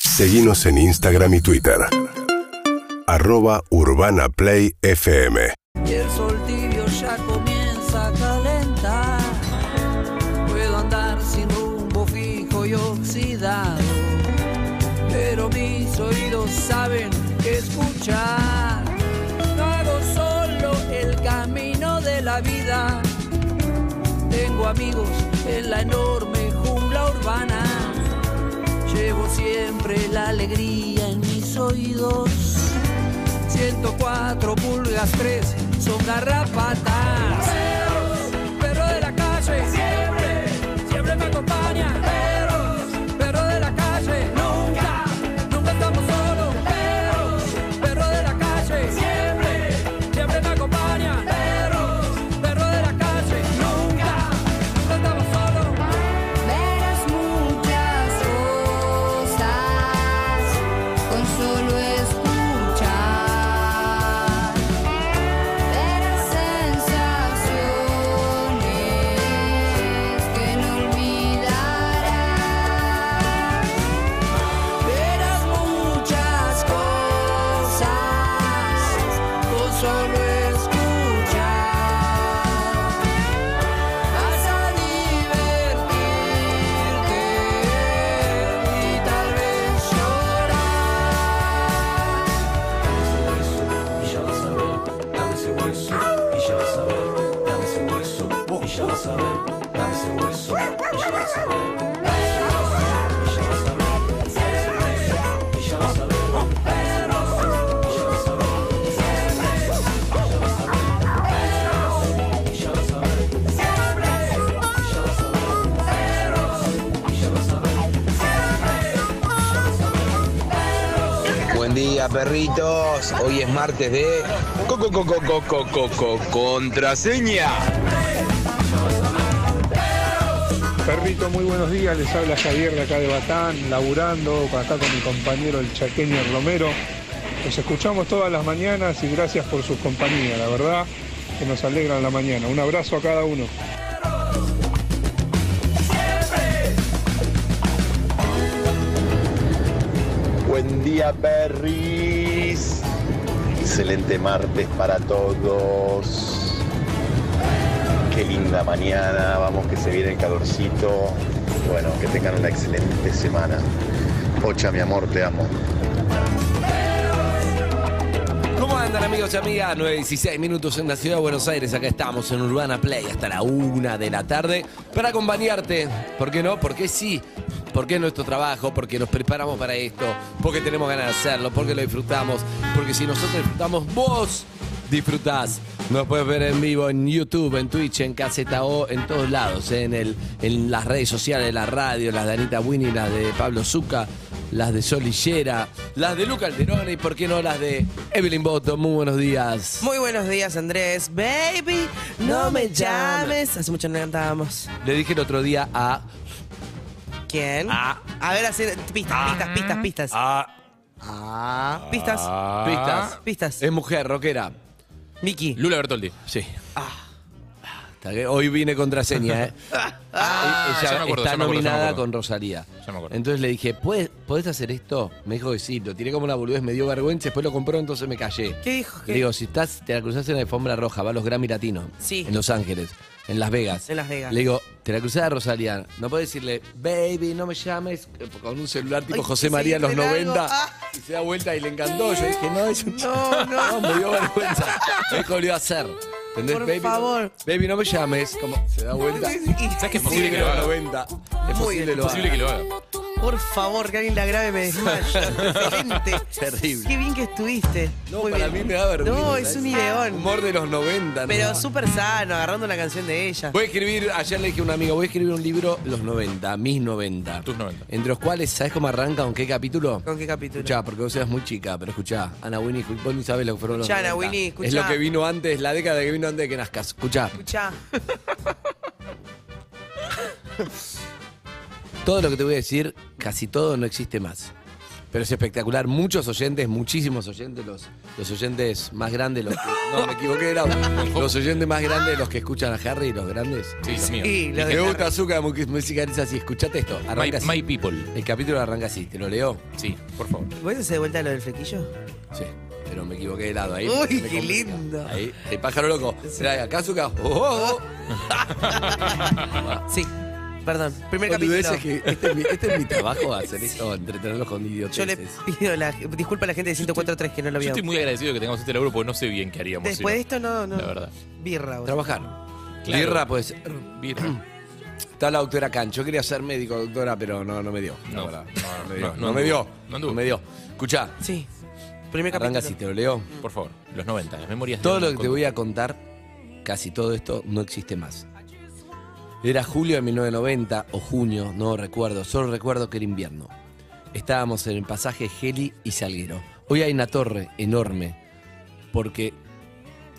Seguimos en Instagram y Twitter. Arroba Urbana Play FM. Y el sol tibio ya comienza a calentar. Puedo andar sin rumbo fijo y oxidado. Pero mis oídos saben escuchar. No hago solo el camino de la vida. Tengo amigos en la enorme jungla urbana. Llevo siempre la alegría en mis oídos. 104 pulgas, 3 son garrapatas. Perros, perro de la calle, siempre, siempre me acompaña. Perros, perro de la calle, nunca, nunca estamos solos. Perros, perro de la calle, siempre, siempre me acompaña. Perros, perro de la calle, nunca, nunca estamos solos. Verás muchas cosas con solo escuchar. Verás sensaciones que no olvidarás. Verás muchas cosas con solo escuchar. Vas a divertirte y tal vez llorar. Y ya vas a ver, dame ese hueso. Y ya vas a ver, dame ese hueso. Y ya vas a ver, dame ese hueso. Y ya vas a ver. Buen día, perritos. Hoy es martes de coco coco coco coco contraseña. Perrito, muy buenos días. Les habla Javier de acá de Batán, laburando acá con mi compañero el chaqueño Romero. Los escuchamos todas las mañanas y gracias por su compañía, la verdad que nos alegran la mañana. Un abrazo a cada uno. Buen día, Perris. Excelente martes para todos. Qué linda mañana. Vamos que se viene el calorcito. Bueno, que tengan una excelente semana. Pocha, mi amor, te amo. ¿Cómo andan amigos y amigas? 9.16 minutos en la ciudad de Buenos Aires. Acá estamos en Urbana Play hasta la una de la tarde para acompañarte. ¿Por qué no? Porque sí. Porque es nuestro trabajo, porque nos preparamos para esto, porque tenemos ganas de hacerlo, porque lo disfrutamos, porque si nosotros disfrutamos, vos disfrutás. Nos puedes ver en vivo en YouTube, en Twitch, en KZO, en todos lados, eh, en, el, en las redes sociales, la radio, las de Anita Winnie, las de Pablo Zucca, las de Solillera, las de Luca Alterone y por qué no las de Evelyn Boto. Muy buenos días. Muy buenos días, Andrés. Baby, no me llames. Hace mucho no cantábamos. Le dije el otro día a. ¿Quién? Ah. A ver, hacer pistas, pistas, pistas, pistas. a Ah, pistas. pistas. Pistas. Es mujer, rockera. Miki. Ah. Lula Bertoldi. Sí. Hasta que Hoy viene contraseña, ¿eh? Ah, Ella ya me acuerdo, ya está me acuerdo, ya me nominada acuerdo. con Rosalía. Ya me acuerdo. Entonces le dije, ¿Puedes, ¿podés hacer esto? Me dijo que sí, lo tiré como una boludez, me dio vergüenza, después lo compró, entonces me callé. ¿Qué dijo? Le ¿Qué? digo, si estás, te la cruzaste en la alfombra roja, va a los Grammy Latinos. Sí. En Los Ángeles, en Las Vegas. En Las Vegas. Le digo, te la cruzaste a Rosalía. No puedes decirle, baby, no me llames, eh, con un celular tipo Ay, José sí, María en los te la hago. 90. Ah. Y se da vuelta y le encantó. Yo dije, no, es un No, no. me dio vergüenza. Me dijo, lo iba a hacer. ¿Entendés? Por baby, favor. No, baby, no me llames. Como se da vuelta. ¿Sabes que es posible Posible que lo haga? Es haga. Es posible, lo posible haga. que lo haga. Por favor, que alguien la grabe me desmayo. Excelente. Terrible. Qué bien que estuviste. No, Muy para bien. mí me da vergüenza. No, es un ideón. Humor de los 90. ¿no? Pero súper sano, agarrando la canción de ella. Voy a escribir, ayer le dije a un amigo, voy a escribir un libro los 90, mis 90. Tus 90. Entre los cuales, ¿sabes cómo arranca? ¿Con qué capítulo? ¿Con qué capítulo? Escuchá, porque vos eras muy chica, pero escuchá, Ana Winnie, vos ni sabés lo que fueron los Escuchá, 90. Ana Winnie, escuchá. Es lo que vino antes, la década que vino antes de que nazcas. Escuchá. Escuchá. Todo lo que te voy a decir, casi todo no existe más. Pero es espectacular. Muchos oyentes, muchísimos oyentes, los, los oyentes más grandes, los que- no me equivoqué, era- los oyentes más grandes, los que escuchan a Harry, los grandes. Sí, los míos. Y los me de gusta azúcar, mu- musicaliza así. Escuchate esto. My, Arranca así. my people. El capítulo arranca así, ¿te lo leo? Sí, por favor. ¿Vos haces de vuelta lo del flequillo? Sí, pero me equivoqué de lado ahí. Uy, me qué complica. lindo. Ahí, el pájaro loco. Trae acá azúcar. Oh, oh, oh. Sí, perdón. Primer Boludeces capítulo. que este, es mi, este es mi trabajo, hacer esto, entretenerlos con idioteces. Yo le pido la, disculpa a la gente de 104.3 que no lo Yo vio. estoy muy agradecido que tengamos este laburo porque no sé bien qué haríamos. Después de esto no, no. La verdad. Birra. vos. Trabajar. Claro. Birra, pues. Birra. Está la doctora Can. Yo quería ser médico, doctora, pero no, no me dio. la No. verdad. No, No me dio. no, No, no me dio. anduvo. No No, anduvo. me dio. Escuchá, Sí. Primer arranca capítulo. así, te lo leo. Por favor, los 90, las memorias. de Todo Ana lo que te Conde. voy a contar, casi todo esto, no existe más. Era julio de 1990 o junio, no recuerdo, solo recuerdo que era invierno. Estábamos en el pasaje Geli y Salguero. Hoy hay una torre enorme, porque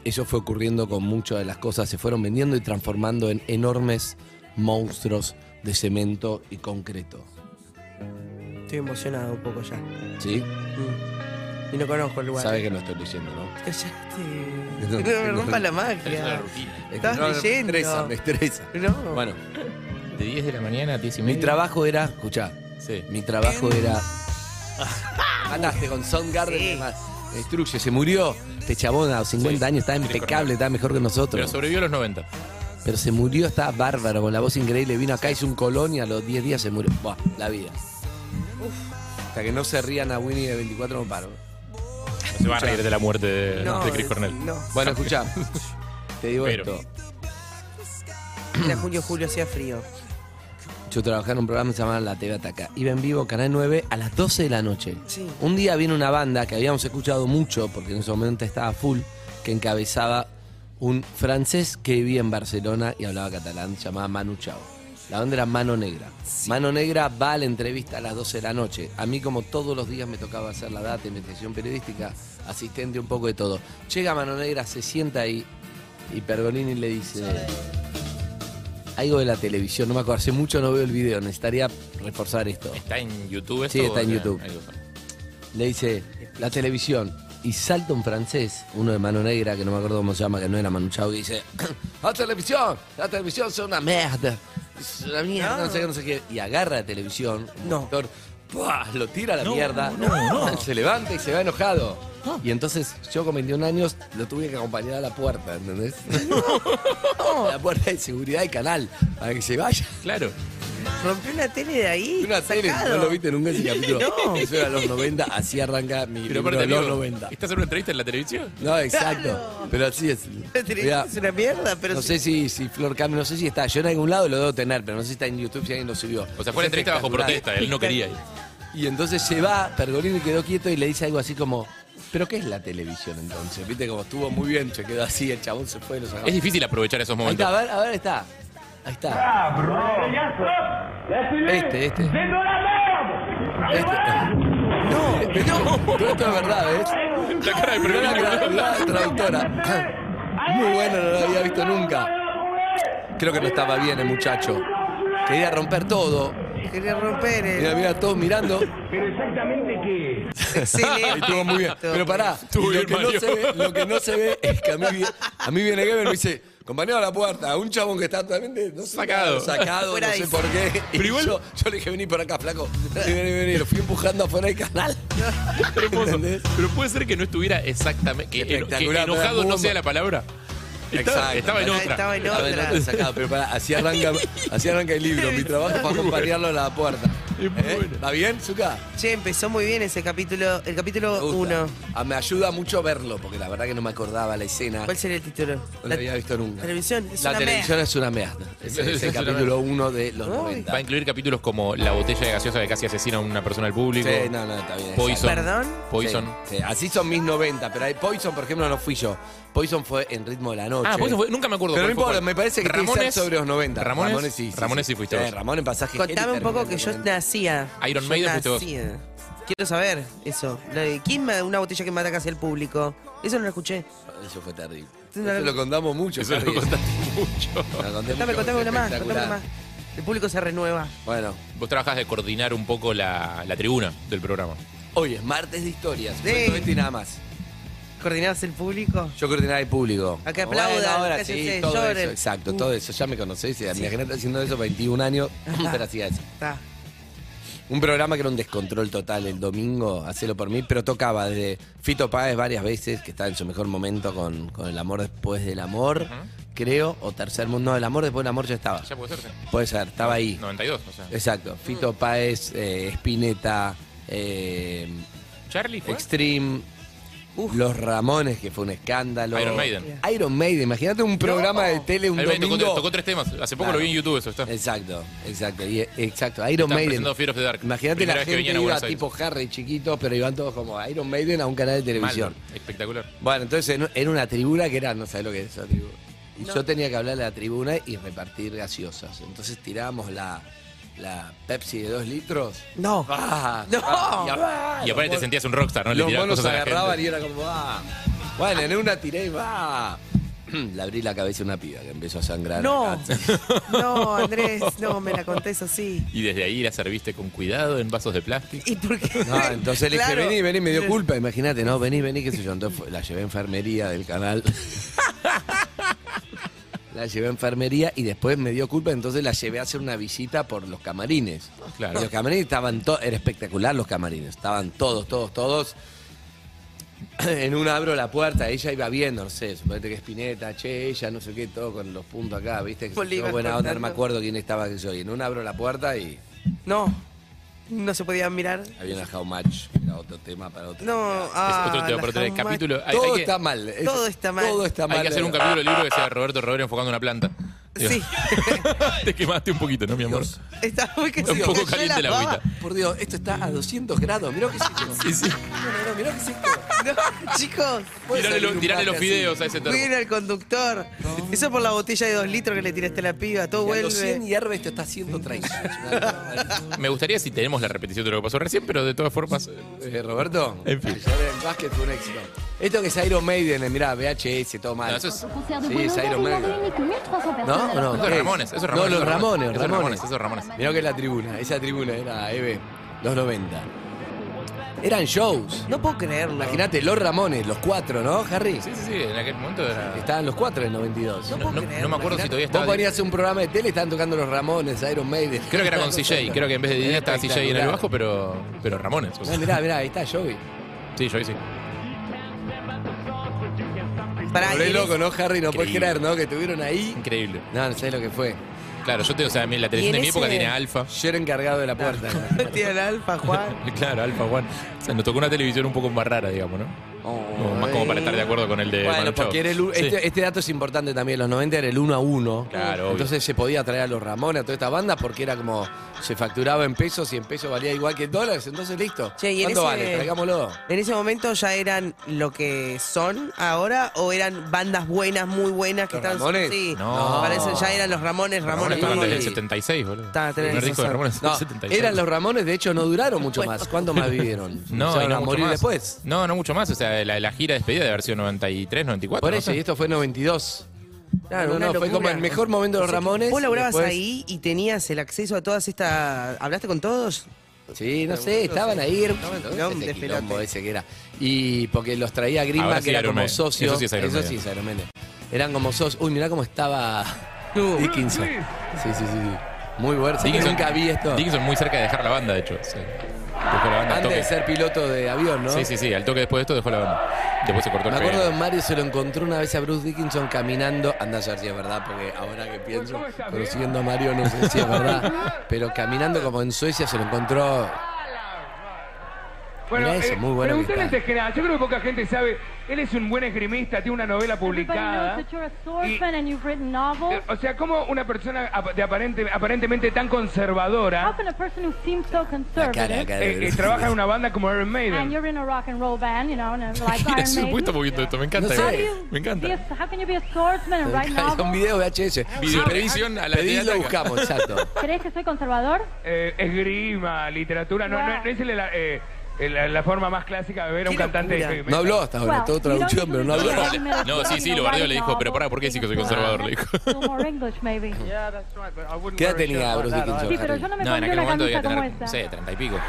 eso fue ocurriendo con muchas de las cosas, se fueron vendiendo y transformando en enormes monstruos de cemento y concreto. Estoy emocionado un poco ya. ¿Sí? Mm. Y no conozco el lugar. Sabe que no estoy leyendo, ¿no? Cállate. No, No, me no, rompa la Es una magia. rutina. Estás No, leyendo. Me estresa, me estresa. No. Bueno, De 10 de la mañana a 10 y media. mi trabajo era, escuchá, Sí. Mi trabajo era. Mataste con Soundgarden. Sí. me ma- me Destruye, se murió. Este chabón a los 50 Sí. años estaba impecable, estaba mejor que Pero nosotros. Pero, sobrevivió a los 90. se murió, estaba bárbaro, con la voz increíble. Vino acá, hizo un colón y a los 10 días se murió. Buah, la vida. Hasta que no se rían a Winnie de 24 no paro. No se va a reír de la muerte de, de Chris Cornell. No. Bueno, escuchá. Te digo Pero. esto. Era junio, julio, hacía frío. Yo trabajaba en un programa que se llamaba La TV Ataca. Iba en vivo, Canal 9, a las 12 de la noche. Sí. Un día viene una banda que habíamos escuchado mucho, porque en ese momento estaba full, que encabezaba un francés que vivía en Barcelona y hablaba catalán, se llamaba Manu Chao. La banda era Mano Negra. Mano Negra va a la entrevista a las 12 de la noche. A mí, como todos los días, me tocaba hacer la data, investigación periodística, asistente, un poco de todo. Llega Mano Negra, se sienta ahí y Pergolini le dice algo de la televisión, no me acuerdo, hace mucho no veo el video, necesitaría reforzar esto. ¿Está en YouTube esto? Sí, está en o- eh? YouTube. Ahí está. Le dice, la televisión. Y salta un francés, uno de mano negra, que no me acuerdo cómo se llama, que no era Manu Chao, y dice, Ah, la televisión, la televisión es una mierda, es una mierda, no. sé qué, no sé qué. Y agarra la televisión, un No. actor, ¡pua! lo tira a la mierda, se levanta y se va enojado. Y entonces yo con 21 años lo tuve que acompañar a la puerta, ¿entendés? A la puerta de seguridad del canal, para que se vaya. Claro. Rompió una tele de ahí. Una tele, sacado. no lo viste nunca ese capítulo. No. Eso era los 90, así arranca mi Pero libro de aparte, los amigo, 90. ¿estás en una entrevista en la televisión? No, exacto. Claro. Pero así es. La televisión Mirá, es una mierda, pero no sí. sé si, si Flor Cam, no sé si está. Yo en algún lado lo debo tener, pero no sé si está en YouTube, si alguien lo subió. O sea, fue la Es entrevista bajo espectacular. protesta, él no quería ir. Y entonces se va, Pergolini quedó quieto y le dice algo así como, ¿pero qué es la televisión entonces? Viste como estuvo muy bien, se quedó así, el chabón se fue y lo sacó. Es difícil aprovechar esos Ahí está, momentos. a ver, a ver, está. Ahí está. Este, este. Este. No, no. Todo esto es verdad, ¿ves? La cara de Mirá la, tra- Pergolini. la traductora. Muy bueno, no lo había visto nunca. Creo que no estaba bien el muchacho. Quería romper todo. Quería romper ¿eh? el. Mira, mira, todos mirando. Excelente. Y estuvo muy bien. Estuvo Pero pará, Estuvo lo bien, que, no Mario. se ve, lo que no se ve es que a mí, vi- a mí viene Geben y me dice, compañero a la puerta, un chabón que está totalmente no sé, Sacado. sacado, no Fuera sé de- por qué. Y Pero igual- yo, yo le dije, vení por acá, flaco. Y vení, vení, lo fui empujando afuera del canal. Hermoso. ¿Entendés? Pero puede ser que no estuviera exactamente. Que, eno- que Espectacular, enojado me da no sea bomba. la palabra. Estaba, Exacto. estaba en Ah, otra. Estaba en Estaba en otra. otra sacada, pero pará, así arranca, así arranca el libro. Mi trabajo fue acompañarlo a la puerta. Es muy ¿Eh? bueno. ¿Está bien, Zuka? Che, empezó muy bien ese capítulo. El Me capítulo gusta. 1. Ah, me ayuda mucho verlo, porque la verdad que no me acordaba la escena. ¿Cuál sería el título? No la había visto nunca. televisión es la una televisión es una mierda. Es, es Es el una capítulo 1 de los Uy. 90. Va a incluir capítulos como La botella de gaseosa que casi asesina a una persona al público. Sí, no, no, está bien. exacto. Poison. ¿Perdón? Poison. Sí, sí, Así son mis 90, pero hay Poison, por ejemplo, no fui yo. Poison fue en ritmo de la noche. Ah, Poison fue- nunca me acuerdo Pero no cuál fue importa, cuál. me parece que tiene que Ramones- ser sobre los 90. Ramones- Ramones sí fuiste vos. Ramón en pasaje. Contame un Heli, poco que terminando yo con- nacía. Iron Yo Maiden fuiste vos. nacía. Quiero saber eso. La de, ¿Quién me una botella que mata casi al público? Eso no lo escuché. Eso fue terrible. Eso Eso lo contamos mucho. Eso Harry. lo contaste mucho. Lo conté Contame, mucho, contame es una más, contame espectacular. una más. El público se renueva. Bueno, Vos trabajás de coordinar un poco la, la tribuna del programa. Hoy es martes de historias. Sí. Cuento esto y nada más. ¿Coordinás el público? Yo coordinaba el público. A que aplaudan, Bueno, ahora sí, cállense, todo lloren. eso, exacto, todo eso. Ya me conocéis, Sí. imagínate haciendo eso 21 años, pero hacía eso. Está. Un programa que era un descontrol total el domingo, hacelo por mí, pero tocaba desde Fito Páez varias veces, que estaba en su mejor momento con, con el amor después del amor, creo, o tercer mundo, no, el amor después del amor ya estaba. Ya puede ser. sí. Puede ser, estaba ahí. 92, o sea. Exacto, Fito Páez, eh, Spinetta, eh, Charlie fue. Extreme. Los Ramones, que fue un escándalo. Iron Maiden. Iron Maiden, imagínate un programa de tele un Ahí me tocó, domingo. tocó tres temas. Hace poco Claro. lo vi en YouTube eso. Está. Exacto, exacto, y- exacto. Iron Estaban Maiden. presentando Fear of the Dark. Imagínate Primera la vez que gente venían a iba Buenos Aires. tipo Harry chiquito, pero iban todos como a Iron Maiden a un canal de televisión. Mal. Espectacular. Bueno, entonces en- era una tribuna que era, no sabes lo que es esa tribuna. Y No. yo tenía que hablar a la tribuna y repartir gaseosas. Entonces tirábamos la, la Pepsi de dos litros. No. ¡Ah! No. ¡Ah! ¡Ah! Y aparte Los te sentías un rockstar, ¿no? Le los tirabas monos cosas a la agarraban gente. y era como, va. Bueno, en una tiré y va. Le abrí la cabeza a una piba que empezó a sangrar. No. acá. No, Andrés, no, me la contés así. Y desde ahí la serviste con cuidado en vasos de plástico. ¿Y por qué? No, entonces le Claro. dije, vení, vení, me dio culpa, imagínate, no, vení, vení, qué sé yo. Entonces fue- la llevé a enfermería del canal. La llevé a enfermería y después me dio culpa, entonces la llevé a hacer una visita por los camarines. Claro. Y los camarines estaban todos, era espectacular los camarines, estaban todos, todos, todos. En una abro la puerta, ella iba viendo, no sé, suponete que Espineta, che, ella, no sé qué, todo con los puntos acá, viste, que se Vos le llevó ibas buena onda, no me contando. acuerdo quién estaba que soy. En una abro la puerta y No. No se podían mirar. había una How Much, que era otro tema para otro. No. día. ah, es otro tema la para tener el jamás- capítulo. Hay, todo hay que, está mal. es- todo está mal. eh. Todo está mal. hay que hacer un capítulo del libro que sea Roberto Robero enfocando una planta. Digo, Sí. Te quemaste un poquito, ¿no, mi amor? Dios. Está muy que Está un se poco cayó caliente la pava. agüita. Por Dios, esto está a 200 grados. Mirá que es esto. Sí, sí. Mirá, mirá que es esto. No, chicos, Puede Tirale, salir lo- un tirale mate los así. fideos a ese cuiden termo. al conductor. Eso por la botella de dos litros que le tiraste a la piba. Todo Y a los 100 vuelve. hierve esto está a 130. Me gustaría si tenemos la repetición de lo que pasó recién, pero de todas formas. Eh, Roberto, En fin. ayer el básquet fue un éxito. Esto que es Iron Maiden, eh, mirá, VHS, todo mal. No, eso es- Sí, es Iron Maiden. ¿No? ¿O no? Eso es ¿Qué Ramones, eso es Ramones, No, eso es los Ramones, Ramones, eso los es Ramones. Ramones, eso es Ramones. Mirá que la tribuna, esa tribuna era EB, los 90. Eran shows. No puedo creerlo. Imagínate, los Ramones, los cuatro, ¿no, Harry? Sí, sí, sí, en aquel momento era. Estaban los cuatro en 92. No, no- no me acuerdo si todavía Vos estaba. ponías un programa de tele, estaban tocando los Ramones, Iron Maiden. Creo que era con CJ, creo que en vez de Didina estaba CJ en el Espectacular. bajo, pero, pero Ramones. o sea. No, mirá, mirá, ahí está Joey. Sí, yo ahí sí. Pará, Volvé ¿y en loco, ¿no, Harry? No puedes Increíble. creer, ¿no? Que estuvieron ahí. Increíble. No, no sé lo que fue. Claro, yo tengo, o sea, a mí la Y en televisión de mi época ese- Ah. tiene Alfa. Yo era encargado de la puerta. ese- Tiene el alfa, Juan. Claro, Alfa One. O sea, nos tocó una televisión un poco más rara, digamos, ¿no? Oh. Como más como para estar de acuerdo con el de Manu Bueno, Chao. porque era el u- Sí. este, este dato es importante también. Los 90 era el 1 a 1. Claro, obvio. Entonces se podía traer a los Ramones, a toda esta banda, porque era como. Se facturaba en pesos y en pesos valía igual que en dólares. Entonces listo. Che, y en ¿Cuánto ese- vale? Traigámoslo. ¿En ese momento ya eran lo que son ahora o eran bandas buenas, muy buenas que ¿Los están Ramones? Sí, No. parecen, ya eran los Ramones, Ramones Ramones. estaban sí. desde el 76, boludo. Está, el tenés primer disco de razón. Ramones es del Ah, No, 76. eran los Ramones, de hecho no duraron mucho más. ¿Cuánto más vivieron? No, y Empezaron no a mucho morir más. después. No, no mucho más. O sea, la, la gira de despedida de haber sido 93, 94. Por no eso, sé. y esto fue en 92. Claro, no, una no, fue locura. como el mejor momento de los O sea, que Ramones. Vos laburabas después- ahí y tenías el acceso a todas estas. ¿Hablaste con todos? Sí, no sé, estaban ahí. er- quilombo, ese despelote. quilombo ese que era. Y porque los traía Ahora Greenback, sí, que era Iron como Maiden. socio. Eso sí es Iron Maiden. sí es Iron Maiden. Eran como socios. Uy, mirá cómo estaba Dickinson. Sí, sí, sí. sí. Muy bueno. ¿sabés que Dickinson- Nunca vi esto. Dickinson muy cerca de dejar la banda, de hecho. Sí. Dejó la banda al Antes toque. de ser piloto de avión, ¿no? Sí, sí, sí. Al toque después de esto dejó la banda. Después se cortó Me el acuerdo de pelo. Mario se lo encontró una vez a Bruce Dickinson caminando. Anda a ver si es verdad, porque ahora que pienso, conociendo a Mario no sé si es verdad. Pero caminando como en Suecia se lo encontró. Bueno, Mirá eso, eh, muy bueno que preguntale a está. Tejera. Yo creo que poca gente sabe. Él es un buen esgrimista, tiene una novela publicada. Y- eh, o sea, ¿cómo una persona ap- de aparente- aparentemente tan conservadora La cara, la cara de eh, eh, Bruce. trabaja en una banda como Iron Maiden? Mira, se me cuesta un poquito esto. Me encanta. No sé. eh. Me encanta. Un video VHS. Video previsión a la Ah, Pedí y tía lo Taca. buscamos, exacto. Eh, esgrima, literatura. No, no, no es el- la, eh, el- la, forma más clásica de ver a un Qué cantante. locura. de heavy No habló hasta ahora, todo traducción, pero no habló. No, sí, sí, lo bardeó, le dijo, pero pará, ¿por qué decís que soy conservador? Le dijo. ¿Qué edad tenía Bruce Dickinson? Harry? No, en aquel momento debía tener, no sé, 30 y pico.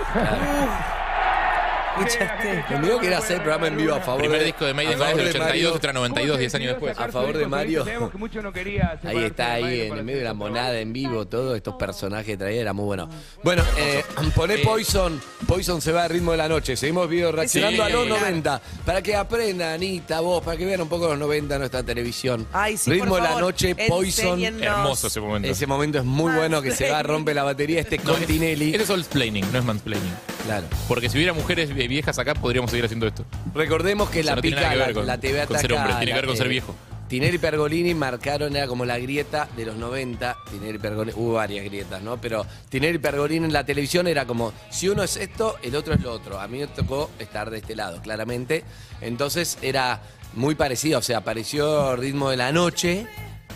escuchaste. Lo mío que era hacer programa en vivo a favor Primer de- disco de a Maiden favor Gómez del de 82, Mario. otra 92, 10 años después. A favor de Mario. Sabemos que mucho no quería Ahí está, ahí en el medio de la monada en vivo, todos estos personajes que traía, era muy bueno. Bueno, eh, poné Poison, Poison se va al ritmo de la noche. Seguimos video reaccionando Sí. a los 90, para que aprendan, Anita, vos, para que vean un poco los 90 en nuestra televisión. Ay, sí, ritmo por de la favor, noche, Poison. enséñennos. Hermoso ese momento. Ese momento es muy bueno, que se va, rompe la batería, este No, Continelli. Esto es old planning, no es mansplaining. Claro. Porque si hubiera mujeres eh, viejas acá, podríamos seguir haciendo esto. Recordemos que O sea, la no tiene pica, nada que la, ver con- la TV con ser Ataca, hombre, tiene que la ver con ser TV. viejo. Tineri y Pergolini marcaron, era como la grieta de los 90. Tineri y Pergolini, hubo varias grietas, ¿no? Pero Tineri y Pergolini en la televisión era como, si uno es esto, el otro es lo otro. A mí me tocó estar de este lado, claramente. Entonces era muy parecido, o sea, apareció Ritmo de la Noche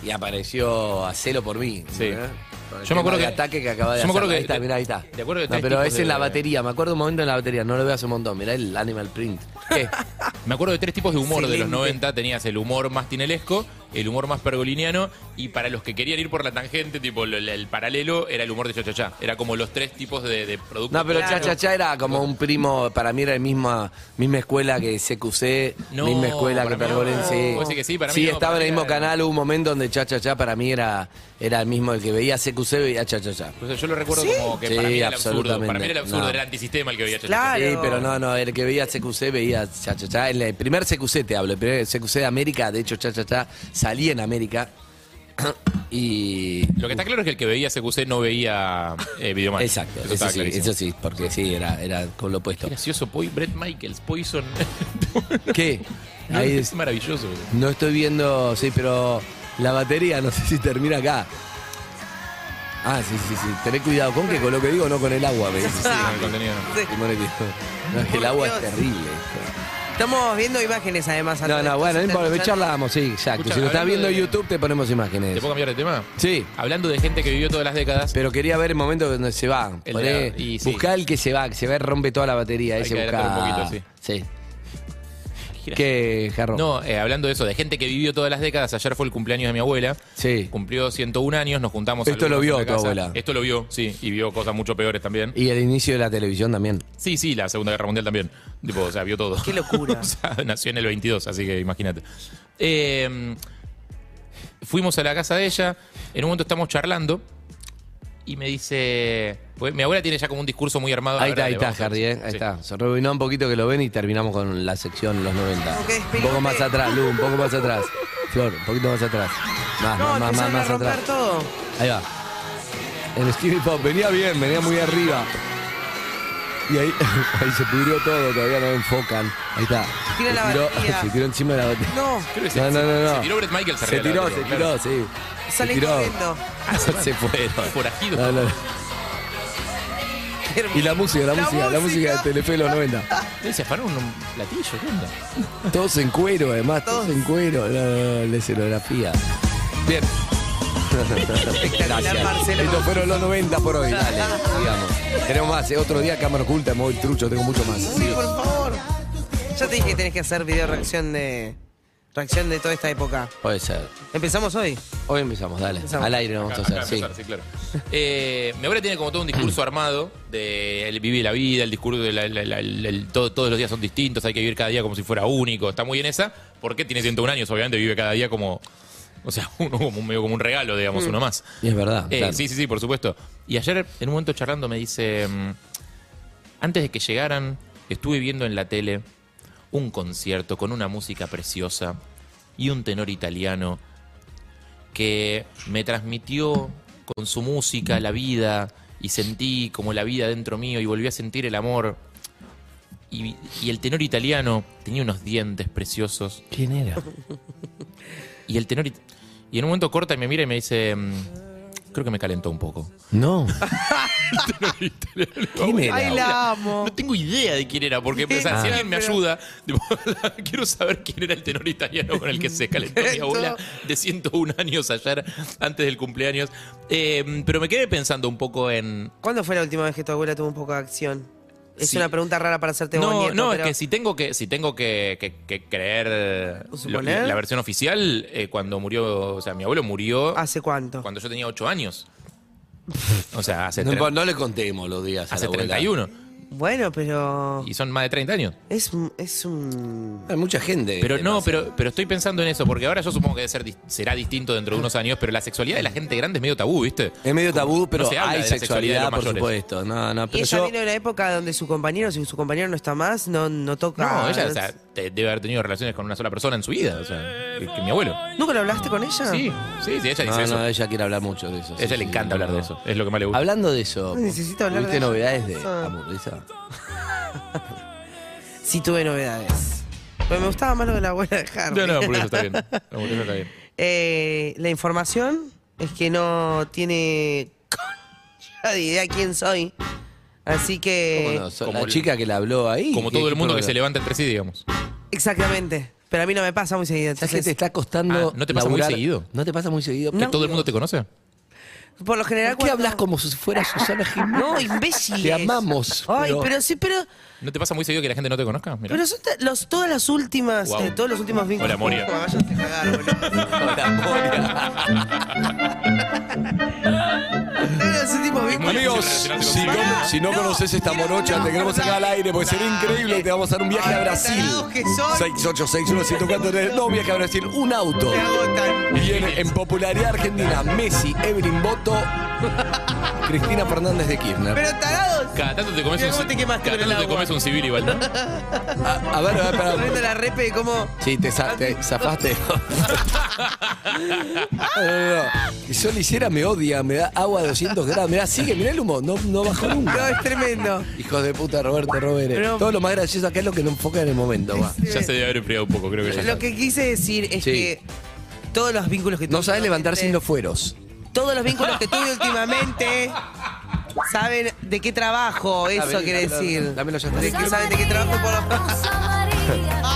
y apareció Hacelo por mí. Sí. ¿no? Con el Yo me acuerdo tema de que- ataque que acaba de yo me hacer. acuerdo Ahí que- está, mirá, ahí está. de acuerdo que No, tres pero tipos es en de- la batería, me acuerdo un momento en la batería, no lo veo hace un montón, mirá el Animal Print. ¿Qué? Me acuerdo de tres tipos de humor de los Excelente. 90. Tenías el humor más tinelesco, el humor más pergoliniano, y para los que querían ir por la tangente, tipo el, el paralelo, era el humor de cha-cha-cha. Era como los tres tipos de, de productos. No, pero Cha Claro. Cha Cha era como un primo, para mí era la misma, misma escuela que CQC, No, misma escuela que para mí Pergolín, no. sí. Vos decís que sí, para mí no, estaba para en el mí mismo era- canal, hubo un momento donde Cha Cha Cha para mí era, era el mismo, el que veía CQC veía Cha Cha Cha. O sea, yo lo recuerdo como que Sí, para mí era el absurdo. absolutamente. Para mí era el absurdo, No. era el antisistema el que veía cha-cha-cha. Claro. Sí, pero no, no, el que veía CQC veía Cha Cha Cha. El, el primer CQC te hablo, el primer CQC de América, de hecho Cha Cha Cha salía en América y... Lo que está claro es que el que veía CQC no veía eh, Videomatch. Exacto, Eso eso, estaba sí, clarísimo. eso sí, porque sí, era, era con lo opuesto. Qué gracioso, Poi, Brett Michaels, Poison. ¿Qué? Ahí es maravilloso. No estoy viendo, sí, pero la batería no sé si termina acá. Ah, sí, sí, sí. Tened cuidado con que con lo que digo, no con el agua, me dice. Sí, con Ah, el contenido. Timón y Pumba. No, es que el agua es terrible. Estamos viendo imágenes además. No, no, bueno, no importa, charlábamos, sí, exacto. Escucha, Si lo estás hablando viendo en de- YouTube, te ponemos ¿Te imágenes. puedo cambiar de tema? Sí, Hablando de gente que vivió todas las décadas. pero quería ver el momento donde se va. El Poné- de- y sí. Buscá el que se va, que se va y rompe toda la batería. Hay Ese que buscá. adelantar un poquito, sí. ¿Qué, Jarro? No, eh, hablando de eso, de gente que vivió todas las décadas, ayer fue el cumpleaños de mi abuela. Sí. Cumplió 101 años, nos juntamos. Esto algunos lo vio en la tu casa. abuela. Esto lo vio, sí, y vio cosas mucho peores también. Y el inicio de la televisión también. Sí, sí, la Segunda Guerra Mundial también. Tipo, o sea, vio todo. Qué locura. O sea, nació en el 22, así que imagínate. Eh, fuimos a la casa de ella, en un momento estamos charlando y me dice... pues, mi abuela tiene ya como un discurso muy armado. Ahí Ahora está, ahí le está, Ah, vamos a- Harry, ¿eh? ahí sí. está. Se rebobinó un poquito que lo ven y terminamos con la sección los 90. Ok, un espérate. poco más atrás, Lu, un poco más atrás. Flor, un poquito más atrás. Más, No, más, más, más, empezaron a más romper atrás. todo. Ahí va. El skinny pop venía bien, venía muy arriba. Y ahí, ahí se pudrió todo, todavía no enfocan. Ahí está. Tira Se la tiró- batería. Se tiró encima de la batería. No, Creo que se- No, no, no, no. Se tiró Brett Michaels Se arriba de la tiró, se batería, tiró, claro. sí. Se salen tiró. corriendo. Se fueron. Forajido. No, no, no. Qué hermoso. Y la música, la, La música, la música de música. Telefe de los 90. Él se afanó un un platillo, ¿qué onda? Todos en cuero, además, todos, en cuero. No, no, no, la escenografía. Bien. Gracias. Marcelo. Estos fueron los 90 por hoy. Dale, digamos. Tenemos más, ¿eh? otro día cámara oculta, móvil trucho, tengo mucho más. Sí, por favor. Ya te dije que tenés que hacer video reacción de. Reacción de toda esta época. Puede ser. Empezamos hoy. Hoy empezamos, dale. Empezamos. Al aire lo vamos Acá- a acá hacer, sí. empezar, sí, claro. Eh, mi abuela tiene como todo un discurso armado de el vive la vida, el discurso de la- la- la- el- el- todo- todos los días son distintos, hay que vivir cada día como si fuera único. Está muy bien esa, porque tiene 101 años, obviamente vive cada día como. O sea, uno como un- medio como un regalo, Mm. digamos, uno más. Y es verdad. Eh, Ah, claro. Sí, sí, sí, por supuesto. Y ayer, en un momento charlando, me dice: mm, Antes de que llegaran, estuve viendo en la tele un concierto con una música preciosa y un tenor italiano que me transmitió con su música la vida y sentí como la vida dentro mío y volví a sentir el amor. Y, y el tenor italiano tenía unos dientes preciosos. ¿Quién era? Y el tenor. it- Y en un momento corta y me mira y me dice: mm, Creo que me calentó un poco. No. ¿Quién era? Ay, la amo. No tengo idea de quién era, porque pensaba, si alguien me ayuda, tipo, quiero saber quién era el tenor italiano con el que se calentó mi abuela de 101 años ayer, antes del cumpleaños. Eh, pero me quedé pensando un poco en... ¿Cuándo fue la última vez que tu abuela tuvo un poco de acción? Es Sí. una pregunta rara para hacerte vos, No, nieto, no, pero- es que si tengo que, si tengo que, que- que creer ¿O lo- suponer? la versión oficial, eh, cuando murió, o sea, mi abuelo murió ¿Hace cuánto? cuando yo tenía 8 años. O sea, hace, No, tre- no le contemos los días. a hace la abuela. 31. Bueno, pero. Y son más de 30 años. Es, un- es un. Hay mucha gente. Pero no, pero, pero estoy pensando en eso, porque ahora yo supongo que debe ser dis- será distinto dentro de unos años, pero la sexualidad de la gente grande es medio tabú, ¿viste? Es medio tabú, pero se habla hay de la sexualidad sexualidad, de los por mayores. supuesto. No, no, Y pero ella yo. vino de la época donde su compañero, si su compañero no está más, no, no toca. No, ella o sea, te- debe haber tenido relaciones con una sola persona en su vida, o sea, que, que mi abuelo. ¿Nunca lo hablaste con ella? Sí, sí, sí, ella dice No, eso. no, ella quiere hablar mucho de eso. A ella le encanta hablar de eso, es lo que más le gusta. Hablando de eso, Ay, necesito hablar ¿tuviste de eso. novedades de Ah. hamburguesa? Sí, tuve novedades. Pero me gustaba más lo de la abuela de Harry. No, no, por eso está bien. No, por eso está bien. Eh, la información es que no tiene concha de idea quién soy. Así que. ¿Cómo no? So- como la el- chica que la habló ahí. Como ¿qué- todo el qué mundo que problema? se levanta entre sí, digamos. Exactamente. Pero a mí no me pasa muy seguido. ¿Sabes que Entonces, te está costando. Ah, ¿no te pasa muy laburar? seguido? No te pasa muy seguido. ¿Que todo el mundo te conoce? por lo general. ¿Por qué cuando- hablas como si fuera Susana Jiménez? No, imbéciles. Te amamos, Ay, pero- pero, sí, pero. ¿No te pasa muy seguido que la gente no te conozca? Mirá. Pero son ta- los, todas las últimas. Guau. eh, todos los últimos vínculos. Hola, Moria. Ah, váyanse a cagar, boludo. Todos los últimos vínculos. Amigos, si no, si no conoces esta morocha, te queremos sacar al aire porque sería increíble y te vamos a dar un viaje a Ay, Brasil. tarados que son. 6861-1043, no, un viaje a Brasil, un auto. Me agotan. Y en, en popularidad argentina, Messi, Evelyn Boto, Cristina Fernández de Kirchner. Pero tarados. Cada tanto te comes Mirá un, cómo te quemaste cada con el tanto te agua. comes un civil igual, ¿no? A, a ver, a ver, pará. Poniendo la repe de cómo. Sí, te, za- te zafaste. No, no, no. Que Sol hiciera me odia, me da agua a 200 grados. Mirá, sigue, mirá el humo, no, no bajó No, nunca. es tremendo. Hijos de puta, Roberto Robert. Pero- Todo lo más gracioso acá es lo que no enfoca en el momento, va. Ya se debe haber enfriado un poco, creo que ya. Lo está. que quise decir es Sí. que todos los vínculos que tuve. No sabes levantar sin los últimamente- fueros. Todos los vínculos que tuve últimamente. Saben de qué trabajo, eso Dame, quiere dame, decir. dámelo ya está. De que saben de qué trabajo por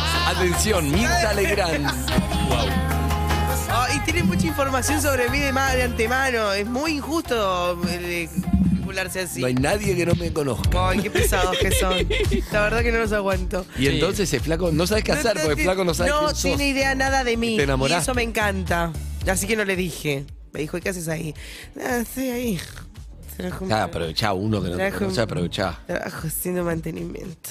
Atención, Mirta Legrand. Oh, y tienen mucha información sobre mí de, ma- de antemano. Es muy injusto eh, vincularse así. No hay nadie que no me conozca. Ay, qué pesados que son. La verdad que no los aguanto. Y entonces el flaco no sabes qué hacer, porque el flaco no sabe No quién sos. tiene idea nada de mí. Y te y enamoraste. eso me encanta. Así que no le dije. Me dijo, ¿y qué haces ahí? Ah, estoy ahí. Trabajo, Ah, aprovechá uno que no te Trabajo- conoce, aprovechá. trabajo haciendo mantenimiento.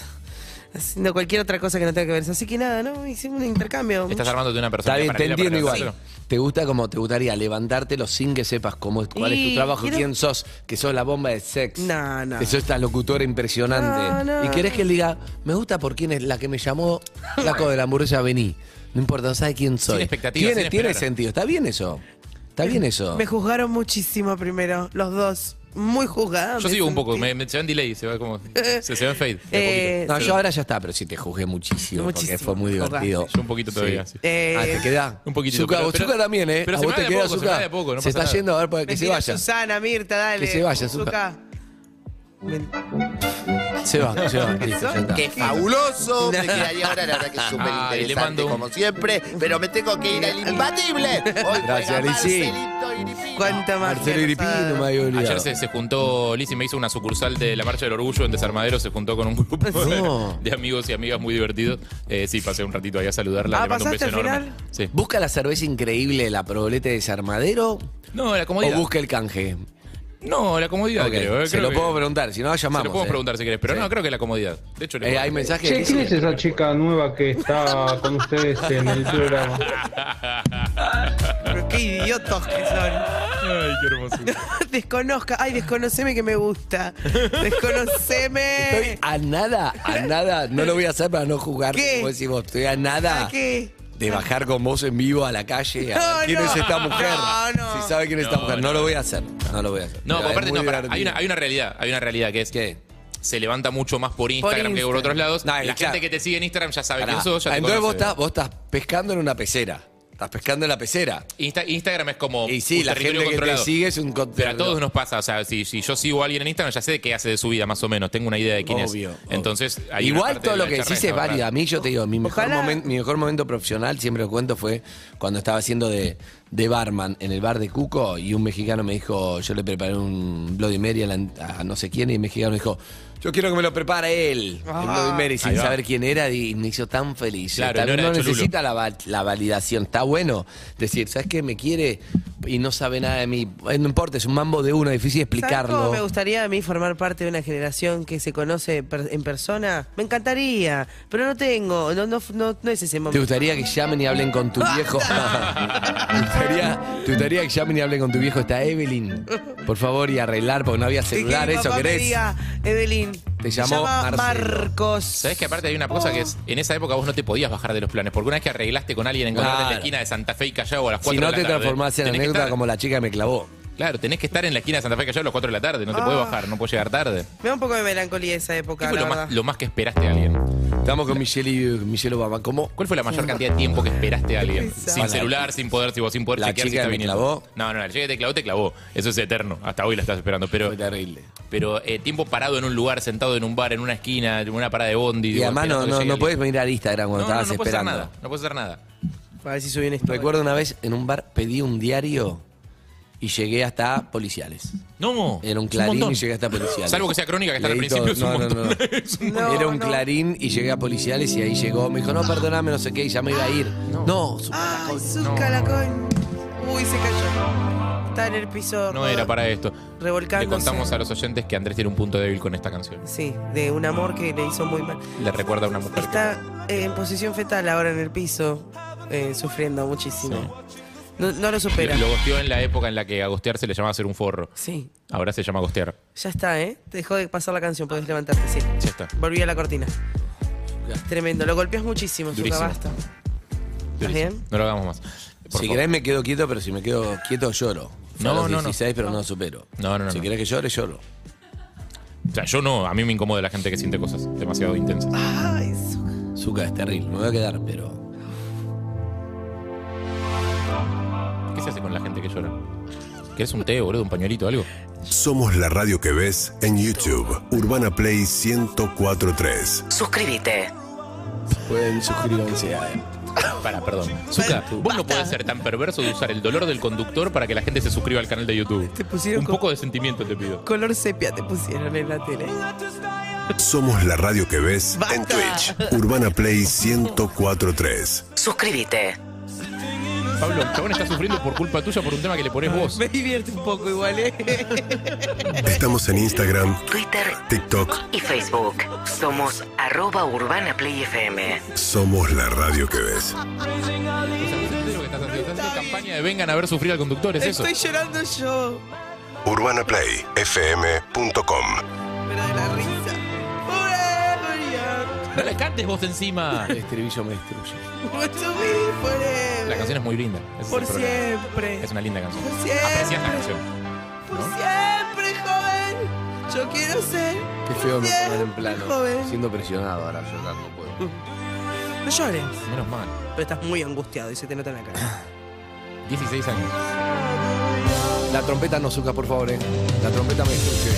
Haciendo cualquier otra cosa que no tenga que ver. eso. Así que nada, ¿no? Hicimos un intercambio. Estás armando de una persona. Está bien, te entiendo igual. Claro. Te gusta como te gustaría levantártelo sin que sepas cómo, es- cuál es tu Y trabajo, quiero- quién sos, que sos la bomba de sex. No, no. Que sos esta locutora impresionante. No, no. Y querés que él diga, me gusta por quién es la que me llamó flaco de la hamburguesa, vení. No importa, no sabe quién soy. expectativas, tiene, sin tiene esperar. sentido, está bien eso. Está bien eso. Me juzgaron muchísimo primero, los dos. Muy juzgados. Yo me sigo un poco, sentí. me, me- se va en delay, se va como. Se, se va en fade. de Eh, a Eh, No, poquito. yo ahora ya está, pero sí te juzgué muchísimo, porque Muchísimo. fue muy divertido. Yo un poquito todavía, sí. Eh, ah, te queda. un poquitito, Zucca, pero- vos pero- Zucca también, ¿eh? pero a se vos me te va de queda a poco, se Zucca. me va de a poco, no pasa Se está nada. yendo a ver para que se mentira, vaya. Susana, Mirta, dale. Que se vaya, Zucca. Men- Se va, se va. listo, ya está. Qué fabuloso, me quedaría ahora, la verdad que es súper Ay, le interesante mando un- como siempre, pero me tengo que ir al imbatible. Hoy Gracias, juega Lisi. Marcelito Iripino. Cuánta más. Marcelo Iripino, me había Ayer olvidado. se, se juntó, Lizzy me hizo una sucursal de la Marcha del Orgullo en Desarmadero, se juntó con un grupo de- No. de, amigos y amigas muy divertidos. Eh, sí, pasé un ratito ahí a saludarla, Ah, le mando un beso ¿pasaste al enorme. final? Sí. ¿Busca la cerveza increíble, la probolete de desarmadero? No, la ¿O comodidad. busca el canje? No, la comodidad, Ok, creo. eh, se creo lo que- puedo preguntar, si no, Se llamamos. lo podemos eh. preguntar si querés, pero Sí. no, creo que la comodidad. De hecho, le Eh, puedo hay preguntar. mensajes. Che, que ¿quién dicen- es esa chica nueva que está con ustedes en el programa? Pero qué idiotos que son. Ay, qué hermoso. Desconozca. Ay, desconoceme que me gusta. Desconoceme. Estoy a nada, a nada. No lo voy a hacer para no jugar, ¿Qué? como decís vos. Estoy a nada ¿A qué? de bajar con vos en vivo a la calle. A No, ver quién no. es esta mujer. No, no. Si sabe quién es esta No, mujer. No, lo voy a hacer. No lo voy a hacer. No, por Pero es aparte, muy no, pará, hay, divertido. una, hay una realidad, hay una realidad que es ¿Qué? se levanta mucho más por Instagram que por Instagram. otros lados. No, la y claro. gente que te sigue en Instagram ya sabe Pará. Ah, quién sos, ya te Entonces vos conoce. estás, vos estás pescando en una pecera. Estás pescando en la pecera. Insta- Instagram es como Y sí, un la territorio gente que te controlado. sigue es un contenido. Pero a todos nos pasa, o sea, si, si yo sigo a alguien en Instagram, ya sé qué hace de su vida más o menos, tengo una idea de quién Obvio, es. obvio. Entonces, hay una Igual parte todo de lo la que charla decís es está válido. A mí yo te digo, mi mejor, Ojalá. momen- mi mejor momento profesional, siempre lo cuento, fue cuando estaba haciendo de, de barman en el bar de Cuco y un mexicano me dijo, yo le preparé un Bloody Mary a, la- a no sé quién y el mexicano me dijo, Yo quiero que me lo prepare él. Ah. el Bloody Mary, sin Ahí va. saber quién era, y me hizo tan feliz. Claro, Tal no vez era no, Cholulo. necesita la, va- la validación. Está bueno decir, ¿sabes qué? Me quiere y no sabe nada de mí. Eh, No importa, es un mambo de uno, difícil ¿Sabes cómo me explicarlo. gustaría a mí formar parte de una generación que se conoce per- en persona? Me encantaría, pero no tengo, no, no, no, no es ese momento. ¿Te gustaría que llamen y hablen con tu viejo? ¿Te, gustaría, te gustaría que llamen y hablen con tu viejo? Está Evelyn. Por favor, y arreglar, porque no había Y que mi celular, eh. eso papá me querés. diga, Evelyn. Te me llamó llama Marcelo. Marcos. Sabes que aparte hay una cosa que es, en esa época vos no te podías bajar de los planes, porque una vez que arreglaste con alguien, encontrarte en la Claro. esquina de Santa Fe y Callao a las 4 Si de no la te tarde, transformás en tenés que anécdota estar- como la chica que me clavó. Claro, tenés que estar en la esquina de Santa Fe y Callao a las 4 de la tarde, no te Ah. podés bajar, no podés llegar tarde. Me da un poco de melancolía esa época, ¿Qué fue la lo verdad. más, lo más que esperaste a alguien? Estamos con Michelle y Michelle Obama. ¿Cómo? ¿Cuál fue la mayor cantidad de tiempo que esperaste a alguien? Qué Sin pesado. celular, sin poder, tipo, sin poder ¿La chequear si chica está me viniendo. clavó? No, no, la chica que te clavó, te clavó. Eso es eterno. Hasta hoy la estás esperando. Pero, Fue terrible. pero eh, tiempo parado en un lugar, sentado en un bar, en una esquina, en una parada de bondi. Y digo, además no, esperando que no, llegue no alguien. podés mirar Instagram cuando No, no, estabas no puedes hacer esperando. nada. No puedes hacer nada. A ver si subí una historia. Recuerdo una vez en un bar pedí un diario y llegué hasta policiales. No. Era un es clarín montón. y llegué hasta policiales. Salvo que sea crónica, que está al Leí principio, todo. es un No, no, no. montón. No, Era un no. clarín y llegué a policiales y ahí llegó. Me dijo, no, perdoname, no sé qué, y ya me iba a ir. No, su Ay, caracol. su calacón. Uy, se cayó. Está en el piso. No era para esto. Revolcándose. Le contamos a los oyentes que Andrés tiene un punto débil con esta canción. Sí, de un amor que le hizo muy mal. Le recuerda a una mujer. que- Está eh, en posición fetal ahora en el piso, eh, sufriendo muchísimo. No, no lo supera. Lo gosteó en la época en la que agostear se le llamaba hacer un forro. Sí, Ahora se llama agostear. ya está, ¿eh? Te dejó de pasar la canción, podés levantarte, sí. Ya está. Volví a la cortina. Tremendo, lo golpeas muchísimo, Durísimo. Zuka, basta. ¿Estás Durísimo. bien? No lo hagamos más. Por Si favor. querés me quedo quieto, pero si me quedo quieto lloro. Fue a No, los no, no. 16, pero no supero. No, no, no, Si no. querés que llore, lloro. O sea, yo no, a mí me incomoda la gente que siente cosas demasiado intensas. Ay, Zuka. Zuka es terrible, me voy a quedar, pero. ¿Qué se hace con la gente que llora? ¿Querés un té, boludo? ¿Un pañuelito o algo? Somos la radio que ves en YouTube. Urbana Play 1043. Suscríbete. Pueden suscribirse a Para, perdón. Zuka, vos no podés ser tan perverso de usar el dolor del conductor para que la gente se suscriba al canal de YouTube. Te pusieron Un con- poco de sentimiento te pido. Color sepia te pusieron en la tele. Somos la radio que ves en Basta. Twitch. Urbana Play 1043. Suscríbete. Pablo, el chabón está sufriendo por culpa tuya por un tema que le pones vos. Me divierte un poco igual, ¿eh? Estamos en Instagram, Twitter TikTok. y Facebook. Somos arroba Urbana Play FM. Somos la radio que ves. ¿Entendés lo que estás haciendo? Estás haciendo campaña de vengan a ver sufrir al conductor, es eso. Estoy llorando yo, UrbanaPlayFM.com. pero de la risa. Forever young, No le cantes vos encima. El Este estribillo me destruye. want to be forever. La canción es muy linda. ese es Por el problema. siempre. Es una linda canción. Por siempre. Aprecias la canción. Por ¿no? siempre, joven. Yo quiero ser. Qué feo me Bien, ponen en plano. joven. Siendo presionado ahora, pues. llorar no puedo. No llores. Menos mal. Pero estás muy angustiado y se te nota en la cara. 16 años. La trompeta no suca, por favor, eh. La trompeta me destruye.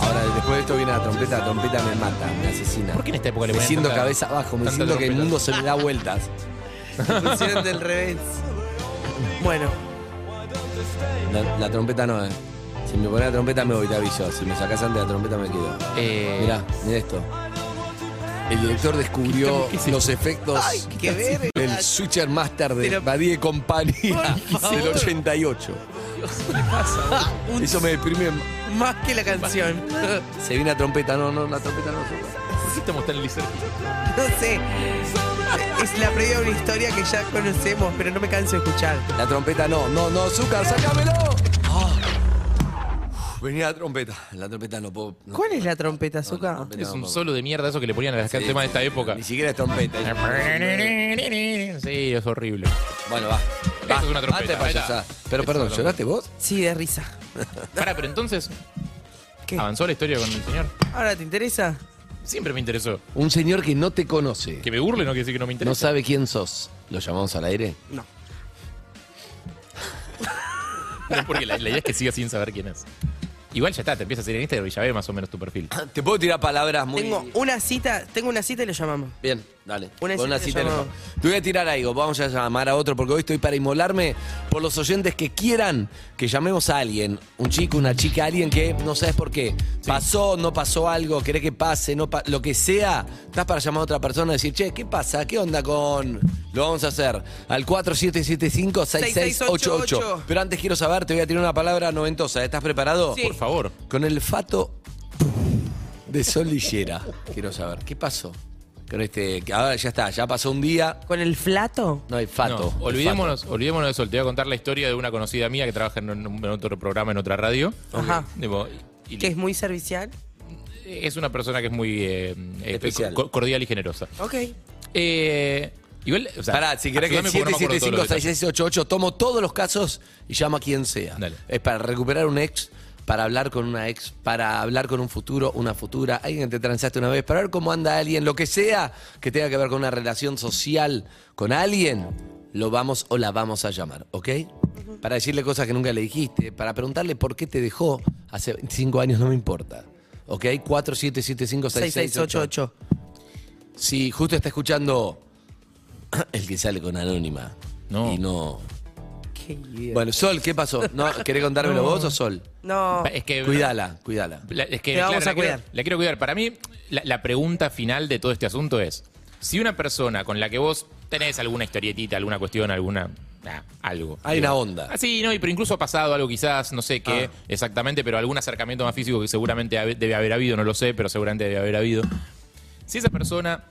Ahora, después de esto viene la trompeta, la trompeta me mata, me asesina. ¿Por qué en esta época le Me ponen siento tanta- cabeza abajo, me tanta siento que el trompeta? mundo se me da vueltas. Te pusieron del revés. Bueno, La, la trompeta no, eh. Si me pones la trompeta me voy, te aviso. Si me sacas antes la trompeta me quedo. Eh, Mirá, mirá esto. El director descubrió ¿Qué es esto? los efectos Ay, qué verga. del Switcher Master de Pero- Badie Compañía Por favor. del 88. un- Eso me deprime. más que la canción. No Se viene la trompeta, no, no, la trompeta no suca. ¿Por qué estamos tan liceros? sé. Es la previa de una historia que ya conocemos, pero no me canso de escuchar. La trompeta no, no, no, azúcar, sácamelo. Ah. Venía la trompeta. La trompeta no puedo. no. ¿Cuál es la trompeta, No, Azúcar? la trompeta Es no un puedo. solo de mierda eso que le ponían a las Sí, temas de esta época. Ni siquiera es trompeta. Sí, es horrible. Bueno, va. Eso es una trompeta, Basta de ahí está. payasada. Pero Eso perdón, es una ¿lloraste vos? Sí, de risa. Pará, pero entonces, ¿Qué? ¿avanzó la historia con el señor? ¿Ahora te interesa? Siempre me interesó. Un señor que no te conoce, Que me burle no quiere decir que no me interesa. no sabe quién sos. ¿Lo llamamos al aire? No. No, porque la, la idea es que siga sin saber quién es. Igual ya está, te empieza a seguir Ah, en Instagram y ya ve más o menos tu perfil. Te puedo tirar palabras muy. Tengo una cita, tengo una cita y lo llamamos. Bien. Dale. Una con una cita cita en el llamada. fa- Te voy a tirar algo. Vamos a llamar a otro porque hoy estoy para inmolarme por los oyentes que quieran que llamemos a alguien. Un chico, una chica, alguien que no sabes por qué. Pasó, no pasó algo, querés que pase, no pa- lo que sea. Estás para llamar a otra persona y decir, che, ¿qué pasa? ¿Qué onda con.? Lo vamos a hacer al 4775-6688. Pero antes quiero saber, te voy a tirar una palabra noventosa. ¿eh? ¿Estás preparado? Sí. Por favor. Con el fato de solillera. Quiero saber, ¿qué pasó? Con este, que ahora ya está, ya pasó un día. ¿Con el flato? No hay fato. No, olvidémonos, olvidémonos de eso. Te voy a contar la historia de una conocida mía que trabaja en, un- en otro programa, en otra radio. Ajá. Tipo, Que es muy servicial. es una persona que es muy eh, eh, Especial. co- cordial y generosa. Ok. Eh, igual, o sea, Pará, si querés que ayúdame porque no me acuerdo todos los detalles. 775688, tomo todos los casos y llamo a quien sea. Es para recuperar un ex, para hablar con una ex, para hablar con un futuro, una futura, alguien que te transaste una vez, para ver cómo anda alguien, lo que sea que tenga que ver con una relación social con alguien, lo vamos o la vamos a llamar, ¿ok? Para decirle cosas que nunca le dijiste, para preguntarle por qué te dejó hace 25 años, no me importa. ¿Ok? 47756688. Si justo está escuchando el que sale con Anónima. No. Y no. Bueno, Sol, ¿qué pasó? No, ¿Querés contármelo No. vos o Sol? No. Es que- Cuídala, cuídala. La- es que, Te vamos la a cuidar. Quiero, la quiero cuidar. Para mí, la, la pregunta final de todo este asunto es: si una persona con la que vos tenés alguna historietita, alguna cuestión, alguna. nah, algo. Hay digo, una onda. Ah. Ah, sí, no, y- pero incluso ha pasado algo quizás, no sé qué exactamente, pero algún acercamiento más físico que seguramente habe- debe haber habido, no lo sé, pero seguramente debe haber habido. Si esa persona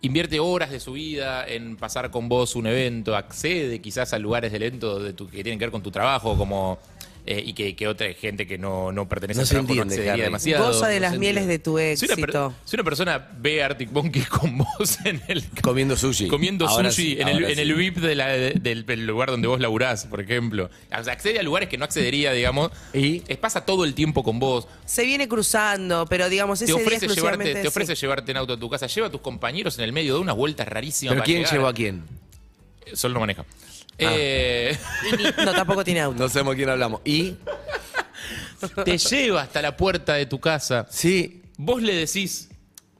invierte horas de su vida en pasar con vos un evento, accede quizás a lugares del evento de tu- que tienen que ver con tu trabajo, como eh, y que, que otra gente que no, no pertenece No al se trabajo entiende, no accedería Harry. demasiado. Goza de No las se mieles de tu si una, per- éxito. si una persona ve a Arctic Monkey con vos en el. Comiendo sushi. Comiendo Ahora sushi sí, en, el, ahora en sí. el VIP de la- de- del, del lugar donde vos laburás, por ejemplo. O sea, accede a lugares que no accedería, digamos. Y. Pasa todo el tiempo con vos. Se viene cruzando, pero digamos, Te ese día ofrece, llevarte, exclusivamente. te ofrece llevarte en auto a tu casa. Lleva a tus compañeros en el medio, da unas vueltas rarísimas. ¿Pero para quién llegar. llevó a quién? Ah. Sol no maneja. Eh, No, tampoco tiene auto. No sabemos quién hablamos. ¿Y? te lleva hasta la puerta de tu casa. Sí. Vos le decís.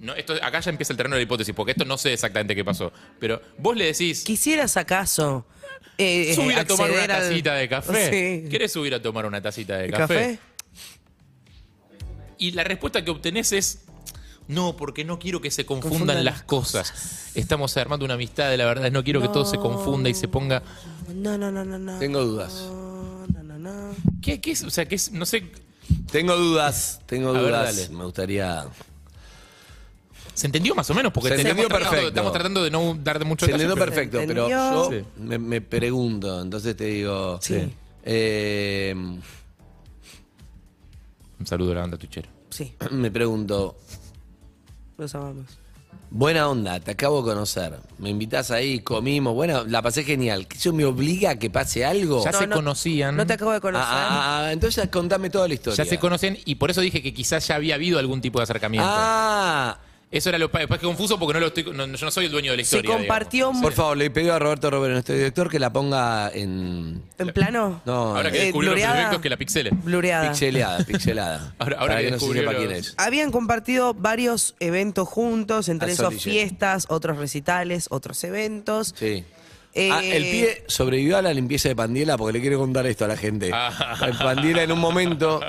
No, esto, acá ya empieza el terreno de la hipótesis, porque esto no sé exactamente qué pasó. Pero vos le decís. ¿Quisieras acaso eh, eh, subir a tomar una acceder al- tacita de café. Sí. ¿Querés subir a tomar una tacita de ¿El café? café? Y la respuesta que obtenés es. No, porque no quiero que se confundan, Confundan las las cosas. Estamos armando una amistad, la verdad, no quiero que todo se confunda y se ponga. No, no, no, no, no. Tengo dudas. ¿Qué, qué es? O sea, ¿qué es? No sé. Tengo dudas, tengo A ver, dudas. dale. Me gustaría. ¿Se entendió más o menos? Porque Se estamos entendió tratando- perfecto. estamos tratando de no dar mucho Se detalle, entendió pero- perfecto, pero yo Sí. me, me pregunto, entonces te digo. Sí. eh, Un saludo a la banda tuchera. Sí. Me pregunto, Los amamos. Buena onda, te acabo de conocer. Me invitas ahí, comimos, bueno, la pasé genial. ¿Qué ¿Eso me obliga a que pase algo? Ya No, se no, conocían. no te acabo de conocer. Ah, ah, ah, entonces contame toda la historia. Ya se conocen y por eso dije que quizás ya había habido algún tipo de acercamiento. Ah. Eso era lo pa- después que confuso porque no lo estoy, no- no- yo no soy el dueño de la Se historia. compartió un- Por favor, le pedí a Roberto Romero, nuestro director, que la ponga en. ¿En plano? No, Ahora que eh, descubrió los blureada. efectos que la pixelen. Blureada. Pixeleada, pixelada. Ahora- ahora Para que que no se descubrió sepa los- quién es. Habían compartido varios eventos juntos, entre Ah, esos Solillero. fiestas, otros recitales, otros eventos. Sí. Eh, Ah, el pibe sobrevivió a la limpieza de Pandiela porque le quiero contar esto a la gente. Ah. Pandiela en un momento.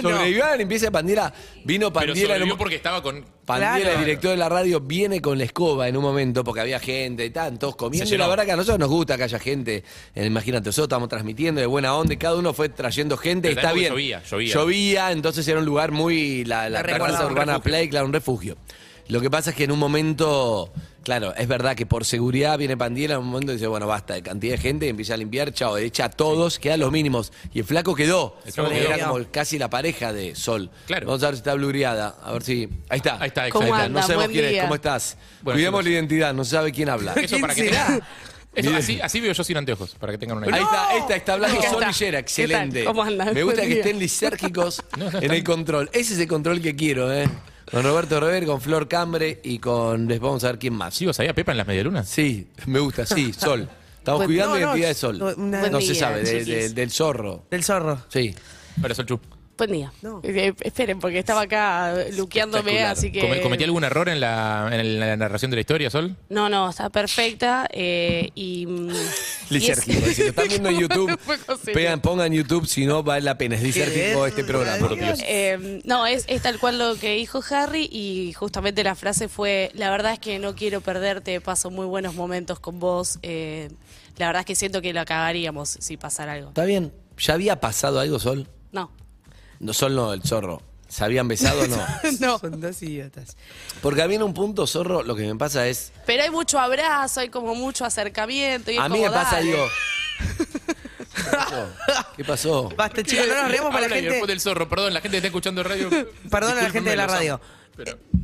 Sobrevivió a la limpieza de Pandiela. Vino Pero Pandiela en sobrevivió un porque estaba con. Pandiela, el director de la radio, viene con la escoba en un momento porque había gente y tan, todos comiendo. Se Y la llenó. verdad que a nosotros nos gusta que haya gente. Eh, Imagínate, nosotros estamos transmitiendo de buena onda y cada uno fue trayendo gente. Pero Está tampoco bien. llovía, llovía. entonces era un lugar muy. La, la Está terraza resguardado, un urbana refugio. Play, claro, un refugio. Lo que pasa es que en un momento. Claro, es verdad que por seguridad viene Pandiela en un momento y dice, bueno, basta, de cantidad de gente, y empieza a limpiar, chao, echa a todos, quedan los mínimos. Y el flaco quedó. El flaco quedó. Era como casi la pareja de Sol. Claro. Vamos a ver si está blureada. A ver si. Ahí está. Ahí está, ¿Cómo exacto. anda? No sabemos quién es, ¿cómo estás? Bueno, Cuidemos chicos. la identidad, no se sabe quién habla. Eso para que tengan. Eso, así, así veo yo sin anteojos, para que tengan una idea. Ahí está, esta está hablando Ahí está. Solillera, excelente. ¿Qué tal? ¿Cómo andas? Me gusta Buen que día. estén lisérgicos en el control. Ese es el control que quiero, ¿eh? Con Roberto Rever, con Flor Cambre y con. Les vamos a ver quién más. ¿Sigo sabía Pepa en las medialunas? Sí, me gusta, sí, Sol. Estamos Buen- cuidando no, la no, identidad de yo- Sol. una- no Buen se día, sabe, de- de- chiquis. del zorro. Del zorro. Sí. Pero Sol Chu. Buen día. Eh, esperen, porque estaba acá luqueándome, Espectacular. así que... Come- ¿Cometí algún error en la, en la narración de la historia, Sol? No, no, está perfecta eh, y... mm, y es- Lisérgico. Si lo están viendo en YouTube, Fue posible. pegan, pongan YouTube, si no vale la pena. Es lisérgico este programa. Eh, no, es, es tal cual lo que dijo Harry y justamente la frase fue, la verdad es que no quiero perderte, paso muy buenos momentos con vos, eh, la verdad es que siento que lo acabaríamos si pasara algo. Está bien. ¿Ya había pasado algo, Sol? No. No, Sol no, el zorro. ¿Se habían besado o no? no. Son dos idiotas. Porque a mí en un punto, zorro, lo que me pasa es. Pero hay mucho abrazo, hay como mucho acercamiento. Y es A mí como, me pasa, dale. digo. ¿Qué pasó? ¿Qué pasó? Basta, chicos, no nos reamos para la Ahora, y gente. después del zorro, perdón, la gente que está escuchando radio. Perdón a la gente de la radio.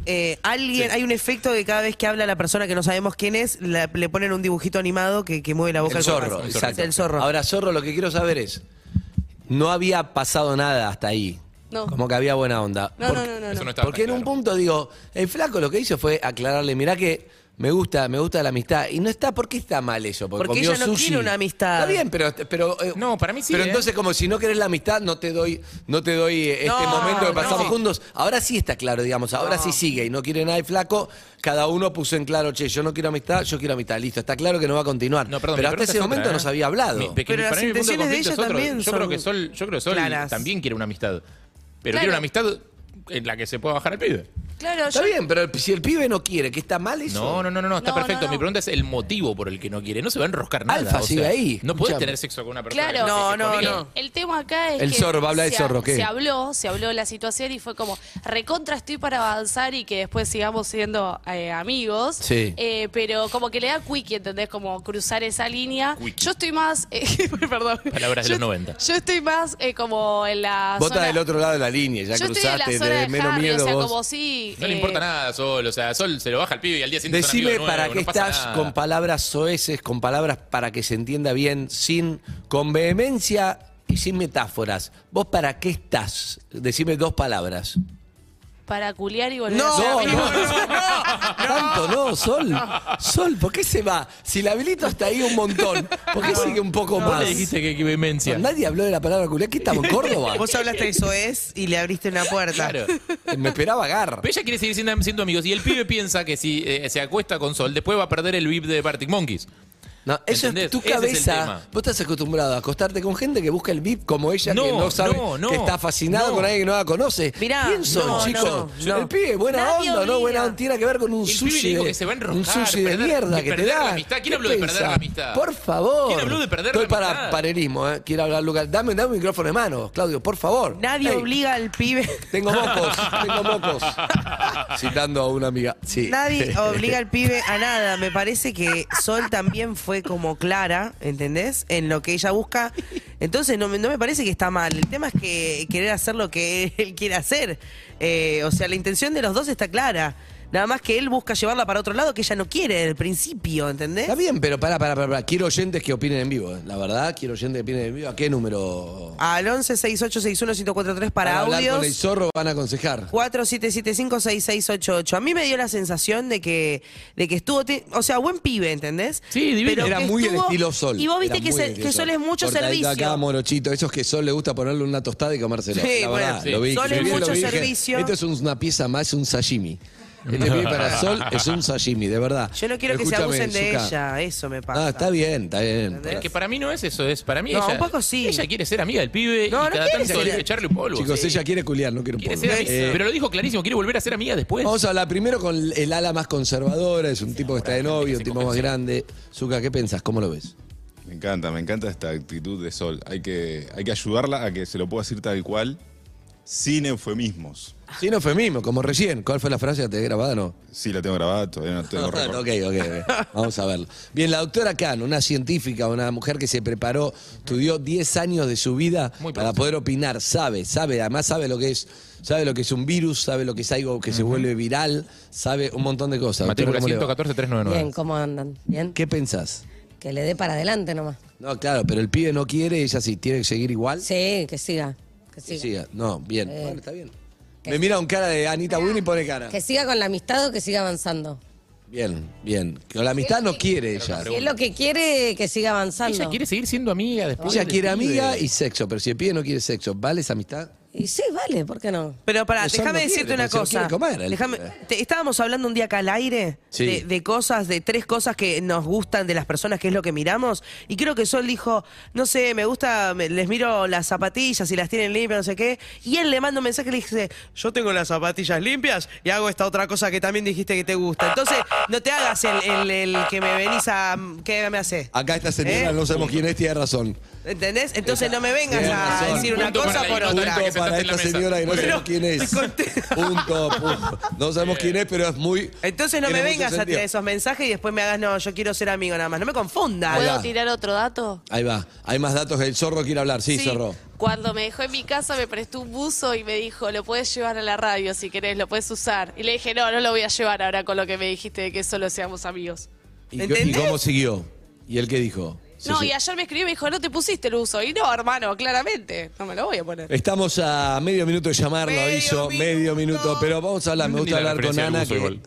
Eh, alguien, hay un efecto que cada vez que habla la persona que no sabemos quién es, la- le ponen un dibujito animado que, que mueve la boca El al zorro, compás. exacto. El zorro. Ahora, zorro, lo que quiero saber es. No había pasado nada hasta ahí. No. Como que había buena onda. No, no, no, no, no. Porque en un punto digo, el flaco lo que hizo fue aclararle, mirá que me gusta, me gusta la amistad. Y no está, ¿por qué está mal eso? Porque, Porque comió ella no sushi. quiere una amistad. Está bien, pero, pero eh, No, para mí sí. pero ¿eh? entonces, como si no querés la amistad, no te doy, no te doy eh, este No, momento que pasamos no. juntos. Ahora sí está claro, digamos, ahora sí sigue y no quiere nada de flaco. Cada uno puso en claro, che, yo no quiero amistad, yo quiero amistad. Listo, está claro que no va a continuar. No, perdón, pero mi pregunta hasta ese es otra, momento ¿eh? no se había hablado. Mi- porque mi- para mí mi punto conflicto es otro. yo creo que Sol, yo creo que Sol claras. también quiere una amistad. Pero Claro. quiere una amistad en la que se pueda bajar el pibe. Claro, Está yo- bien, pero si el pibe no quiere, que está mal eso. No, no, no, no, no, está No, perfecto. no, no. Mi pregunta es el motivo por el que no quiere. No se va a enroscar nada. Alfa o sigue sea, ahí, No puedes escuchame. tener sexo con una persona. Claro, que se El- comió. El, tema acá es El que zorro, va a hablar el se zorro, ¿qué? Se habló, se habló la situación y fue como recontra estoy para avanzar y que después sigamos siendo eh, amigos. Sí. Eh, pero como que le da quickie, ¿entendés? Como cruzar esa línea. Yo estoy más, eh, perdón. Palabras de Yo- los 90. Yo estoy más eh, como en la Vos zona. estás del otro lado de la línea, ya yo estoy en la cruzaste, zona tenés de menos Harry, miedo o sea, vos. como si. No le eh, importa nada a Sol. O sea, Sol se lo baja al pibe y al día siguiente son Decime amigos de nuevo, para qué no pasa estás nada. con palabras soeces, con palabras para que se entienda bien, sin con vehemencia y sin metáforas. ¿Vos para qué estás? Decime dos palabras. Para culiar y volver No, a ser no, amigos. Tanto no, Sol. Sol, ¿por qué se va? Si la habilito hasta ahí un montón, ¿por qué sigue un poco No más? le dijiste que, que vehemencia. Nadie habló de la palabra culiar. ¿Qué estamos en Córdoba? Vos hablaste de soez y le abriste una puerta. Claro. Me esperaba agar. Pero ella quiere seguir siendo, siendo amigos y el pibe piensa que si eh, se acuesta con Sol, después va a perder el VIP de Bartic Monkeys. No, eso ¿Entendés? es tu Ese es el cabeza. tema. vos estás acostumbrado a acostarte con gente que busca el VIP como ella, que No, no sabe, no, no, que está fascinado no. con alguien que no la conoce. Mirá, ¿Quién son, no, chicos? no, no. El pibe, buena Nadie onda, obliga. ¿no? Buena onda, tiene que ver con un El pibe sushi. dijo de- que se va a enroscar, un sushi de perder- mierda de que te perder la da. amistad. ¿Quién habló de perder la amistad? Por favor. ¿Quién habló de perder Estoy la para amistad? panelismo, ¿eh? Quiero hablar, Lucas. Dame, dame un micrófono de mano, Claudio, por favor. Nadie Ey, obliga al pibe. Tengo mocos, tengo mocos. Citando a una amiga. Sí. Nadie obliga al pibe a nada. Me parece que Sol también fue como clara, ¿entendés? En lo que ella busca. Entonces no, me- no me parece que está mal. El tema es que querer hacer lo que él quiere hacer. Eh, o sea, la intención de los dos está clara. Nada más que él busca llevarla para otro lado que ella no quiere desde el principio, ¿entendés? Está bien, pero para, para, para, Quiero oyentes que opinen en vivo, eh. la verdad. Quiero oyentes que opinen en vivo. ¿A qué número? Al 11 6861 1043 Van para a hablar audios. con el zorro van a aconsejar. 4775-6688. A mí me dio la sensación de que, de que estuvo. te- O sea, buen pibe, ¿entendés? Sí, divino. Era que muy el estuvo- estilo Sol. Y vos viste Era que, muy se- el estilo que Sol es mucho Cortadito servicio. Acá, morochito. Esos que Sol le gusta ponerle una tostada y comérselo. Sí, la bueno, verdad, sí. lo vi, Sol lo es vi, lo mucho vi, dije, servicio. Esto es una pieza más, un sashimi. Este pibe para Sol es un sashimi, de verdad. Yo no quiero que se Escúchame, abusen de Zucca. ella, eso me pasa. Ah, está bien, está bien. Es que para mí no es eso, es para mí No, ella, un poco sí. ella quiere ser amiga del pibe No, y cada no quiere tanto ser- quiere echarle un polvo. Chicos, Sí. ella quiere culiar, no quiere un Quiere polvo. ser amiga, Eh, pero lo dijo clarísimo, quiere volver a ser amiga después. Vamos a hablar primero con el ala más conservadora, es un tipo que está de novio, un tipo más grande. Zuka, ¿qué pensás? ¿Cómo lo ves? Me encanta, me encanta esta actitud de Sol. Hay que, hay que ayudarla a que se lo pueda decir tal cual, sin eufemismos. Sin eufemismo, como recién. ¿Cuál fue la frase que te grabada no? Sí, la tengo grabada, todavía no tengo récord. ok, ok, ok. Vamos a verlo. Bien, la doctora Khan, una científica, una mujer que se preparó, estudió 10 años de su vida para poder opinar. Sabe, sabe, además sabe lo que es, sabe lo que es un virus, sabe lo que es algo que se vuelve viral, sabe un montón de cosas. Matrícula Doctora, ¿cómo le va? 114-399. Bien, ¿cómo andan? Bien. ¿Qué pensás? Que le dé para adelante nomás. No, claro, pero el pibe no quiere, ella sí, tiene que seguir igual. Sí, que siga. Que siga. Que siga. No, bien. Eh, Bueno, está bien. Me mira con cara de Anita Wynn y pone cara. Que siga con la amistad o que siga avanzando. Bien, bien. Con la amistad no quiere ella. Si es lo que quiere, que siga avanzando. Ella quiere seguir siendo amiga después. Ella del quiere pibe. amiga y sexo, pero si el pibe no quiere sexo, ¿vale esa amistad? Y sí, vale, ¿por qué no? Pero pará, Pero Sol déjame no quiere, decirte una pero si no cosa. quiere comer, él- Déjame- te- estábamos hablando un día acá al aire Sí. de, de cosas, de tres cosas que nos gustan de las personas, que es lo que miramos. Y creo que Sol dijo, no sé, me gusta, me- les miro las zapatillas y las tienen limpias, no sé qué. Y él le manda un mensaje y le dice, yo tengo las zapatillas limpias y hago esta otra cosa que también dijiste que te gusta. Entonces, no te hagas el, el- el que me venís a... ¿Qué me haces? Acá esta señora, ¿Eh? no sabemos quién es, tiene razón. ¿Entendés? Entonces no me vengas Tiene a razón. decir una Punto cosa para por la- otra. Punto para esta señora que no sabemos quién es. Punto, punto. No sabemos quién es, pero es muy. Entonces no me tiene mucho vengas a sentido. tirar esos mensajes y después me hagas, no, yo quiero ser amigo nada más. No me confundas. Ahí va. ¿Tirar otro dato? Ahí va. Hay más datos. El zorro quiere hablar. Sí, Sí. zorro. Cuando me dejó en mi casa me prestó un buzo y me dijo, lo puedes llevar a la radio si querés, lo puedes usar. Y le dije, no, no lo voy a llevar ahora con lo que me dijiste de que solo seamos amigos. ¿Y, qué- y cómo siguió? ¿Y él qué dijo? Se- No, se- y ayer me escribió y me dijo, no te pusiste el uso. Y no, hermano, claramente, no me lo voy a poner. Estamos a medio minuto de llamar, lo aviso, medio minuto, pero vamos a hablar, me entendí gusta la hablar con referencia del Ana, buzo que igual.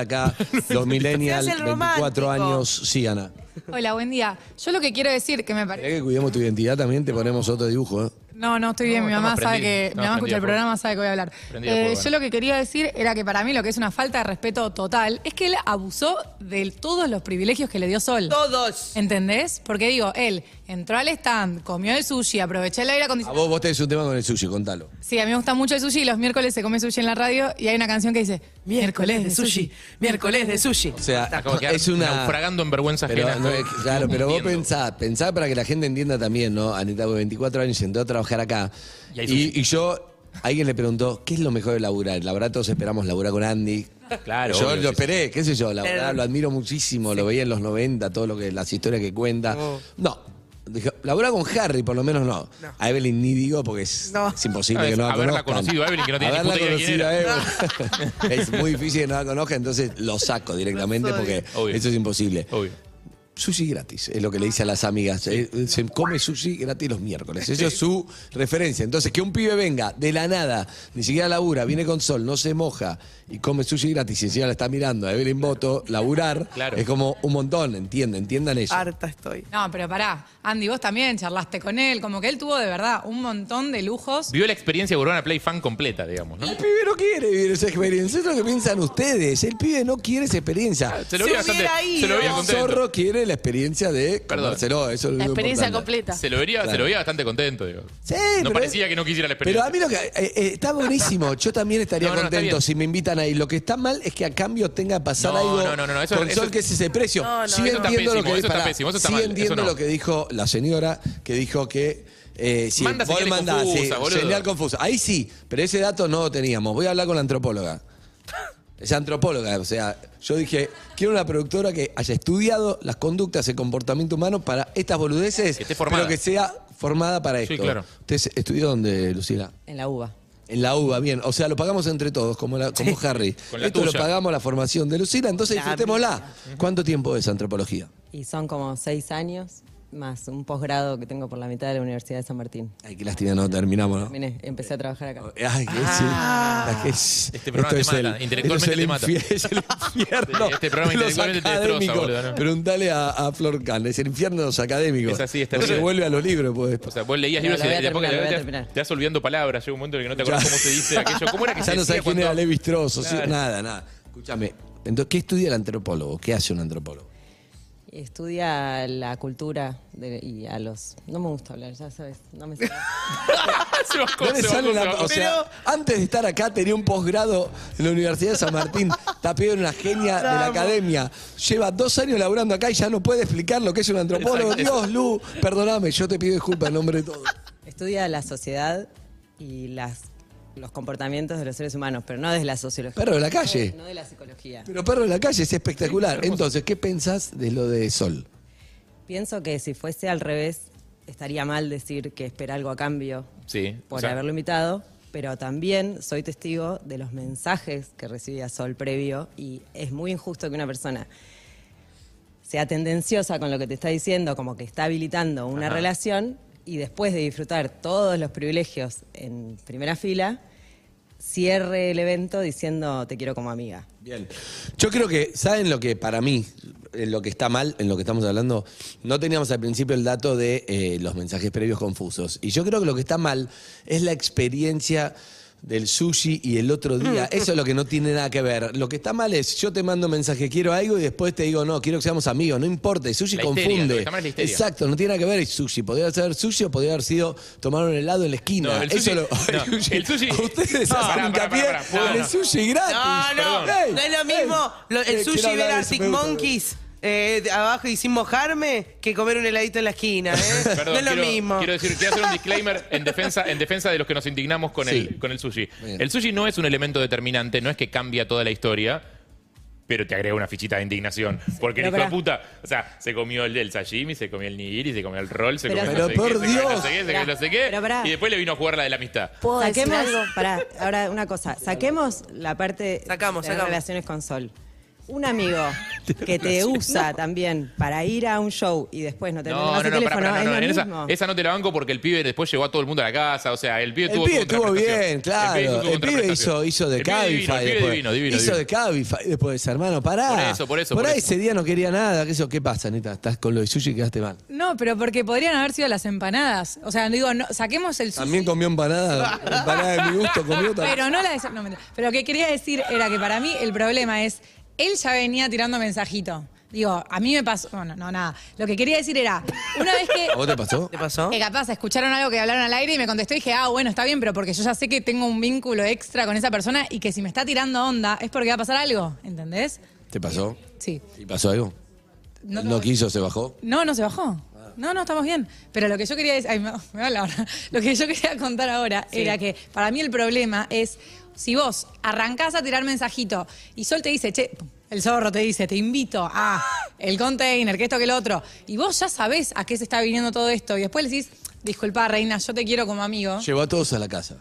acá los millennials, Se hace el 24 romántico. años, sí Ana. Hola, buen día. Yo lo que quiero decir que me parece. Mirá que cuidemos tu identidad también, te ponemos otro dibujo, ¿eh? No, no, estoy bien. mi mamá estamos sabe prendidos. que. Mi Estamos mamá escucha el prendidos, programa, sabe que voy a hablar. Prendidos, Eh, Juego, yo lo que quería decir era que para mí lo que es una falta de respeto total es que él abusó de todos los privilegios que le dio Sol. Todos. ¿Entendés? Porque digo, él entró al stand, comió el sushi, aprovechó el aire A acondicionado. vos, vos tenés un tema con el sushi, contalo. Sí, a mí me gusta mucho el sushi y los miércoles se come sushi en la radio y hay una canción que dice miércoles de sushi, miércoles de sushi. O sea, Acabo de quedar es una... naufragando en vergüenza pero, ajena. no es- Claro, pero vos pensá, pensá para que la gente entienda también, ¿no? Anita, vos 24 años, entró a trabajar acá. Y hay Y, y yo, alguien le preguntó, ¿qué es lo mejor de laburar? Laburar todos esperamos laburar con Andy. Claro, yo obvio, lo sí, esperé, qué sé yo, la Pero- verdad lo admiro muchísimo, lo veía en los 90, todo lo que las historias que cuenta. No, dije, labura con Harry, por lo menos Oh. no. A Evelyn ni digo porque es, es imposible Ah, que es no la haberla conozcan. conocido a Evelyn, que no tiene ni Haberla puta idea de quién conocido a Evelyn. es muy difícil que no la conozca, entonces lo saco directamente porque eso es imposible. Sushi gratis, es lo que le dice a las amigas. Eh, Se come sushi gratis los miércoles. Esa es su referencia. Entonces, que un pibe venga de la nada, ni siquiera labura, viene con sol, no se moja y come sushi gratis y encima la está mirando a Evelyn Boto laburar, es como un montón, entienden, entiendan eso. Harta estoy. No, pero pará, Andy, vos también charlaste con él, como que él tuvo de verdad un montón de lujos. Vivió la experiencia de Urbana Play fan completa, digamos, ¿no? El pibe no quiere vivir esa experiencia, es lo que piensan ustedes. El pibe no quiere esa experiencia. Ah, Se lo veía Se bastante- hubiera se lo veía El contento. zorro quiere la experiencia de comérselo, eso es lo importante. completa. Se lo vería, se Claro. lo vería bastante contento, digo. Sí, No pero- parecía que no quisiera la Pero experiencia. a mí lo que. eh, eh, está buenísimo. Yo también estaría No, no, no, está contento bien. si me invitan ahí. Lo que está mal es que a cambio tenga que pasar No, algo no, no, no, no, eso- con eso- Sol, que es ese precio. No, no, sí eso está entiendo, lo pésimo, que, eso está pará, pésimo, eso está sí mal, eso entiendo no. lo que dijo la señora, que dijo que. eh, si Manda vos señales mandás, sí, confusas, boludo. señal confusa. Ahí sí, pero ese dato no lo teníamos. Voy a hablar con la antropóloga. Es antropóloga, o sea, yo dije, quiero una productora que haya estudiado las conductas, el comportamiento humano para estas boludeces, formada. pero que sea formada para Sí, esto. claro. ¿Usted estudió dónde, Lucila? En la uva. En la UBA, bien. O sea, lo pagamos entre todos, como, la, como Harry. Con la Esto lo tuya. pagamos la formación de Lucila, entonces La disfrutémosla. ¿Cuánto tiempo es antropología? Y son como seis años más un posgrado que tengo por la mitad de la Universidad de San Martín. Ay, qué lástima, no terminamos, ¿no? Eh, Terminé, empecé a trabajar acá. Ay, qué sí. Ay, qué- Este programa te esto es mata, el- intelectualmente esto es el te mata. infie- es el infierno. Sí, este programa de los intelectualmente te destroza, académicos. boludo, ¿no? Preguntale a, a Flor Kahn, es el infierno de los académicos. Es así, es no se terrible. vuelve a los libros, pues. O sea, vos leías No, libros la y voy después a terminar, que la voy a te, te vas olvidando palabras. Llega un momento en el que no te acordás cómo se dice aquello. ¿Cómo era que se ya no decía sabes quién era cuando- Levi Strauss, o sí, Claro. nada, nada. Escúchame. Entonces, ¿qué estudia el antropólogo? ¿Qué hace un antropólogo? Estudia la cultura de- y a los... No me gusta hablar, ya sabes, no me sale. Se bajó, No me se bajó, sale se la- bajó. o sea, antes de estar acá tenía un posgrado en la Universidad de San Martín. Está peor una genia de la Vamos. academia. Lleva dos años laburando acá y ya no puede explicar lo que es un antropólogo. Exacto. Dios, Lu, perdóname, yo te pido disculpas en nombre de todos. Estudia la sociedad y las, los comportamientos de los seres humanos, pero no desde la sociología. Perro de la calle. No, de la psicología. Pero Perro en la calle es espectacular. Entonces, ¿qué pensás de lo de Sol? Pienso que si fuese al revés, estaría mal decir que espera algo a cambio Sí. o por sea, haberlo invitado, pero también soy testigo de los mensajes que recibía Sol previo y es muy injusto que una persona sea tendenciosa con lo que te está diciendo, como que está habilitando una Ajá. relación y después de disfrutar todos los privilegios en primera fila, cierre el evento diciendo te quiero como amiga. Bien. Yo creo que, ¿saben lo que para mí, en lo que está mal, en lo que estamos hablando? No teníamos al principio el dato de eh, los mensajes previos confusos. Y yo creo que lo que está mal es la experiencia del sushi y el otro día. Mm. Eso es lo que no tiene nada que ver. Lo que está mal es, yo te mando mensaje, quiero algo, y después te digo, no, quiero que seamos amigos, no importa. El sushi La histeria, lo que confunde. está mal es la histeria. Exacto, no tiene nada que ver el sushi. Podría ser sushi o podría haber sido tomar un helado en la esquina. No, el Eso sushi- lo- no, el sushi- Ustedes No, hacen pará, pará, hincapié pará, pará, en el no. sushi gratis. No, no, Perdón. no es lo Ey, mismo ey, lo- el quiero sushi hablar ver de Arctic eso, me gusta. Monkeys eh, de abajo y sin mojarme que comer un heladito en la esquina, ¿eh? Perdón, no es lo quiero, mismo. Quiero decir, quiero hacer un disclaimer en defensa, en defensa de los que nos indignamos con, el, con el sushi. El sushi no es un elemento determinante, no es que cambia toda la historia. Pero te agrega una fichita de indignación. Porque el Pero hijo de pará. puta, o sea, se comió el, el sashimi, se comió el nigiri, se comió el roll, se Pero- comió el no Pero sé qué, por se comió el no Dios. sé qué, se comió el no sé Pero pará. qué. Y después le vino a jugar la de la amistad. saquemos, Pará, ahora una cosa. Saquemos la parte Sacamos, de sacamos. relaciones con Sol. Un amigo que te usa también para ir a un show y después no te No, más no, no, el pará, teléfono, pará, ¿es no, lo en mismo? esa, esa no te la banco porque el pibe después llegó a todo el mundo a la casa. O sea, el pibe El tuvo pibe su estuvo contraprestación. bien, El pibe claro. tuvo su El pibe, contraprestación. hizo, hizo de El pibe divino, Cabify. el pibe después. divino, divino, hizo divino. de Cabify después, hermano, pará. Por eso, por eso, Por, por ahí eso. ese día no quería nada. ¿Qué, eso? ¿Qué pasa, neta? Estás con lo de sushi y quedaste mal. No, pero porque podrían haber sido las empanadas. O sea, digo, no, saquemos el sushi. También comió empanada. empanada de mi gusto comió también. Pero no la de- no, mentira. Pero lo que quería decir era que para mí el problema es, él ya venía tirando mensajito. Digo, a mí me pasó, bueno, no, nada. Lo que quería decir era, una vez que... ¿A vos te pasó? ¿Te pasó? Que capaz escucharon algo que hablaron al aire y me contestó y dije, ah, bueno, está bien, pero porque yo ya sé que tengo un vínculo extra con esa persona y que si me está tirando onda es porque va a pasar algo, ¿entendés? ¿Te pasó? Sí. ¿Y pasó algo? No, No, quiso, se bajó. No, no se bajó. No, no, estamos bien. Pero lo que yo quería decir, ay, me, me va la hora. Lo que yo quería contar ahora Sí. era que para mí el problema es si vos arrancás a tirar mensajito y Sol te dice, che, el zorro te dice, te invito a el container, que esto, que lo otro, y vos ya sabés a qué se está viniendo todo esto, y después le decís, disculpa, reina, yo te quiero como amigo. Llevó a todos a la casa.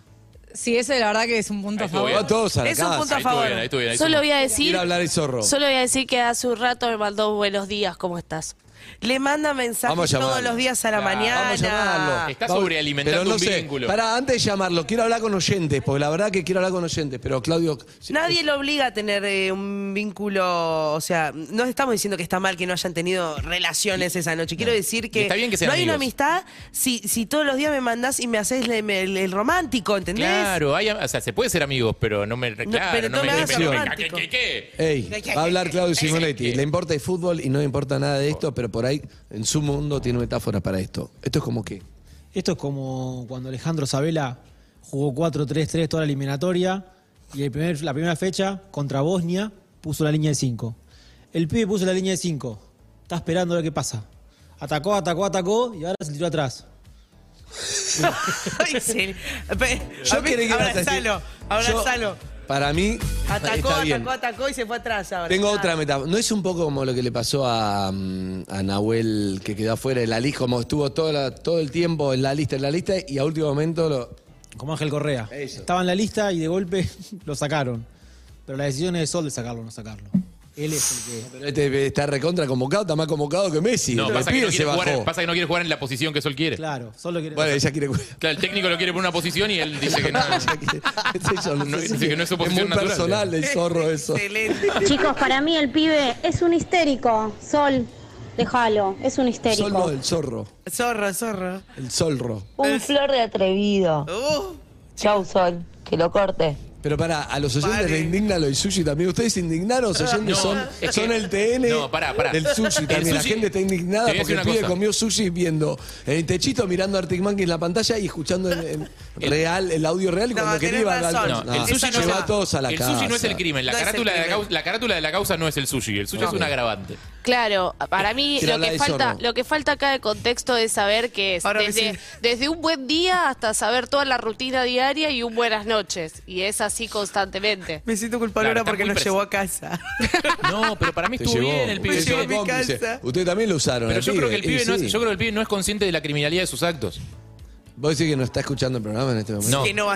Sí, ese la verdad que es un punto a estuvo favor. bien. A todos a la Es un casa. punto a Ahí estuvo favor. bien, ahí estuvo bien, ahí Solo estuvo voy bien. a decir. Quiero hablar el zorro. Solo voy a decir que hace un rato me mandó buenos días, ¿cómo estás? Le manda mensajes Vamos a todos llamarlo. los días a la Claro, mañana. Vamos a llamarlo. Está Vamos- sobrealimentando pero no un sé, vínculo. Pará, antes de llamarlo, quiero hablar con oyentes, porque la verdad que quiero hablar con oyentes, pero Claudio. si- Nadie lo obliga a tener eh, un vínculo, o sea, no estamos diciendo que está mal que no hayan tenido relaciones esa noche. Quiero decir que, está bien que sean no hay una amigos. amistad si, si todos los días me mandás y me haces el, el- el romántico, ¿entendés? Claro, hay, o sea, se puede ser amigos, pero no me. claro, pero no no me. me me- hagas me- romántico. ¿Qué? qué, qué? Ey, va a hablar Claudio Simonetti. Le importa el fútbol y no le importa nada de esto, pero por ahí en su mundo tiene metáforas para esto. Esto es como que. Esto es como cuando Alejandro Sabela jugó 4-3-3 toda la eliminatoria y el primer- la primera fecha contra Bosnia puso la línea de 5. El pibe puso la línea de 5. Está esperando a ver qué pasa. Atacó, atacó, atacó y ahora se tiró atrás. Ay, sí. Pe- Yo a mí- quería que ibas a decir- abrazalo, Yo- abrazalo. Para mí. Atacó, está bien. atacó, atacó y se fue atrás ahora. Tengo Ah. otra metáfora. ¿No es un poco como lo que le pasó a, mm, a Nahuel que quedó afuera el la lista? Como estuvo todo, todo el tiempo en la lista, en la lista, y a último momento lo. Como Ángel Correa. Estaba en la lista y de golpe lo sacaron. Pero la decisión es de Sol de sacarlo o no sacarlo. Él es el que. Pero este está recontra convocado, está más convocado que Messi. No, El pasa que pibe no, se quiere bajó. jugar, en- pasa que no quiere jugar en la posición que Sol quiere. Claro, solo quiere. Bueno, ella quiere jugar. el técnico lo quiere por una posición y él dice que no. No, dice que no es su es posición muy natural. personal el zorro eso. Chicos, para mí el pibe es un histérico. Sol, déjalo, es un histérico. Sol no, el zorro. Zorro, zorro. El zorro. Un flor de atrevido. Chau, Sol, que lo corte. Pero para, a los oyentes le indigna lo del sushi también. ¿Ustedes se indignaron? Los oyentes No, son, es que- son el TN No, pará, pará. del sushi El también. La sushi- gente está indignada Te voy a decir porque el una pibe cosa. comió sushi viendo el techito, mirando Arctic Monkey en la pantalla y escuchando en, en real, el audio real. y No, cuando quería tenés iba a razón. No, el sushi no es llevó el- a todos a la el casa. sushi no es el crimen. La, No es el carátula, De la, crimen. causa, la carátula de la causa no es el sushi. El sushi es un agravante. Claro, para mí Quiero lo hablar que de falta, zorro. lo que falta acá de contexto es saber que es Ahora desde, decís. desde un buen día hasta saber toda la rutina diaria y un buenas noches. Y es así constantemente. Me siento culpable Claro, ahora está porque muy nos presen- llevó a casa. No, pero para mí Te estuvo llevó, bien el pibe. te llevó cómplice. Ustedes también lo usaron. Pero yo creo, que el y pibe no es, sí. yo creo que el pibe no es consciente de la criminalidad de sus actos. ¿Vos decís que no está escuchando el programa en este momento? la- No,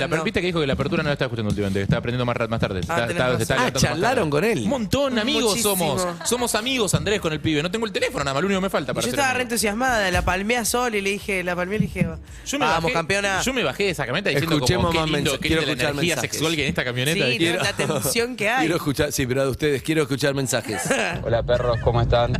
la perpita que dijo que la apertura no la está escuchando últimamente, que está aprendiendo más, ra- más tarde. Está- tenés está- razón. se está Ah, levantando más charlaron tarde. con él. Un montón, amigos Mm, Muchísimo. somos. Somos amigos, Andrés, con el pibe. No tengo el teléfono nada más, lo único que me falta Y para yo hacer estaba un- re entusiasmada, la palmé a Sol y le dije, la palmé y le dije, Yo me vamos, bajé, campeona. Yo me bajé de esa camioneta diciendo Escuchemos como, más qué lindo, mensajes. qué linda Quiero la escuchar energía mensajes. sexual que hay en esta camioneta. Sí, Quiero- la tensión que hay. Quiero escuchar, sí, pero de ustedes quiero escuchar mensajes. Hola perros, ¿cómo están?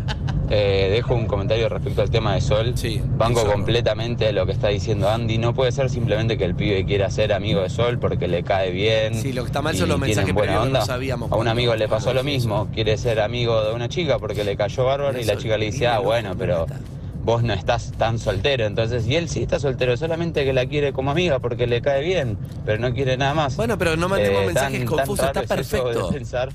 Eh, dejo un comentario respecto al tema de Sol. Banco completamente lo que está diciendo Andy. No puede ser simplemente que el pibe quiera ser amigo de Sol porque le cae bien. Sí, lo que está mal y son los tienen mensajes buena previos, onda. no sabíamos A un cuándo amigo le íbamos pasó a lo decir mismo. Quiere ser amigo de una chica porque le cayó bárbaro y la chica le dice, ah, bueno, pero vos no estás tan soltero. Entonces, y él sí está soltero, solamente que la quiere como amiga porque le cae bien, pero no quiere nada más. Bueno, pero no Eh, mandemos mensajes confusos, está perfecto. pensar.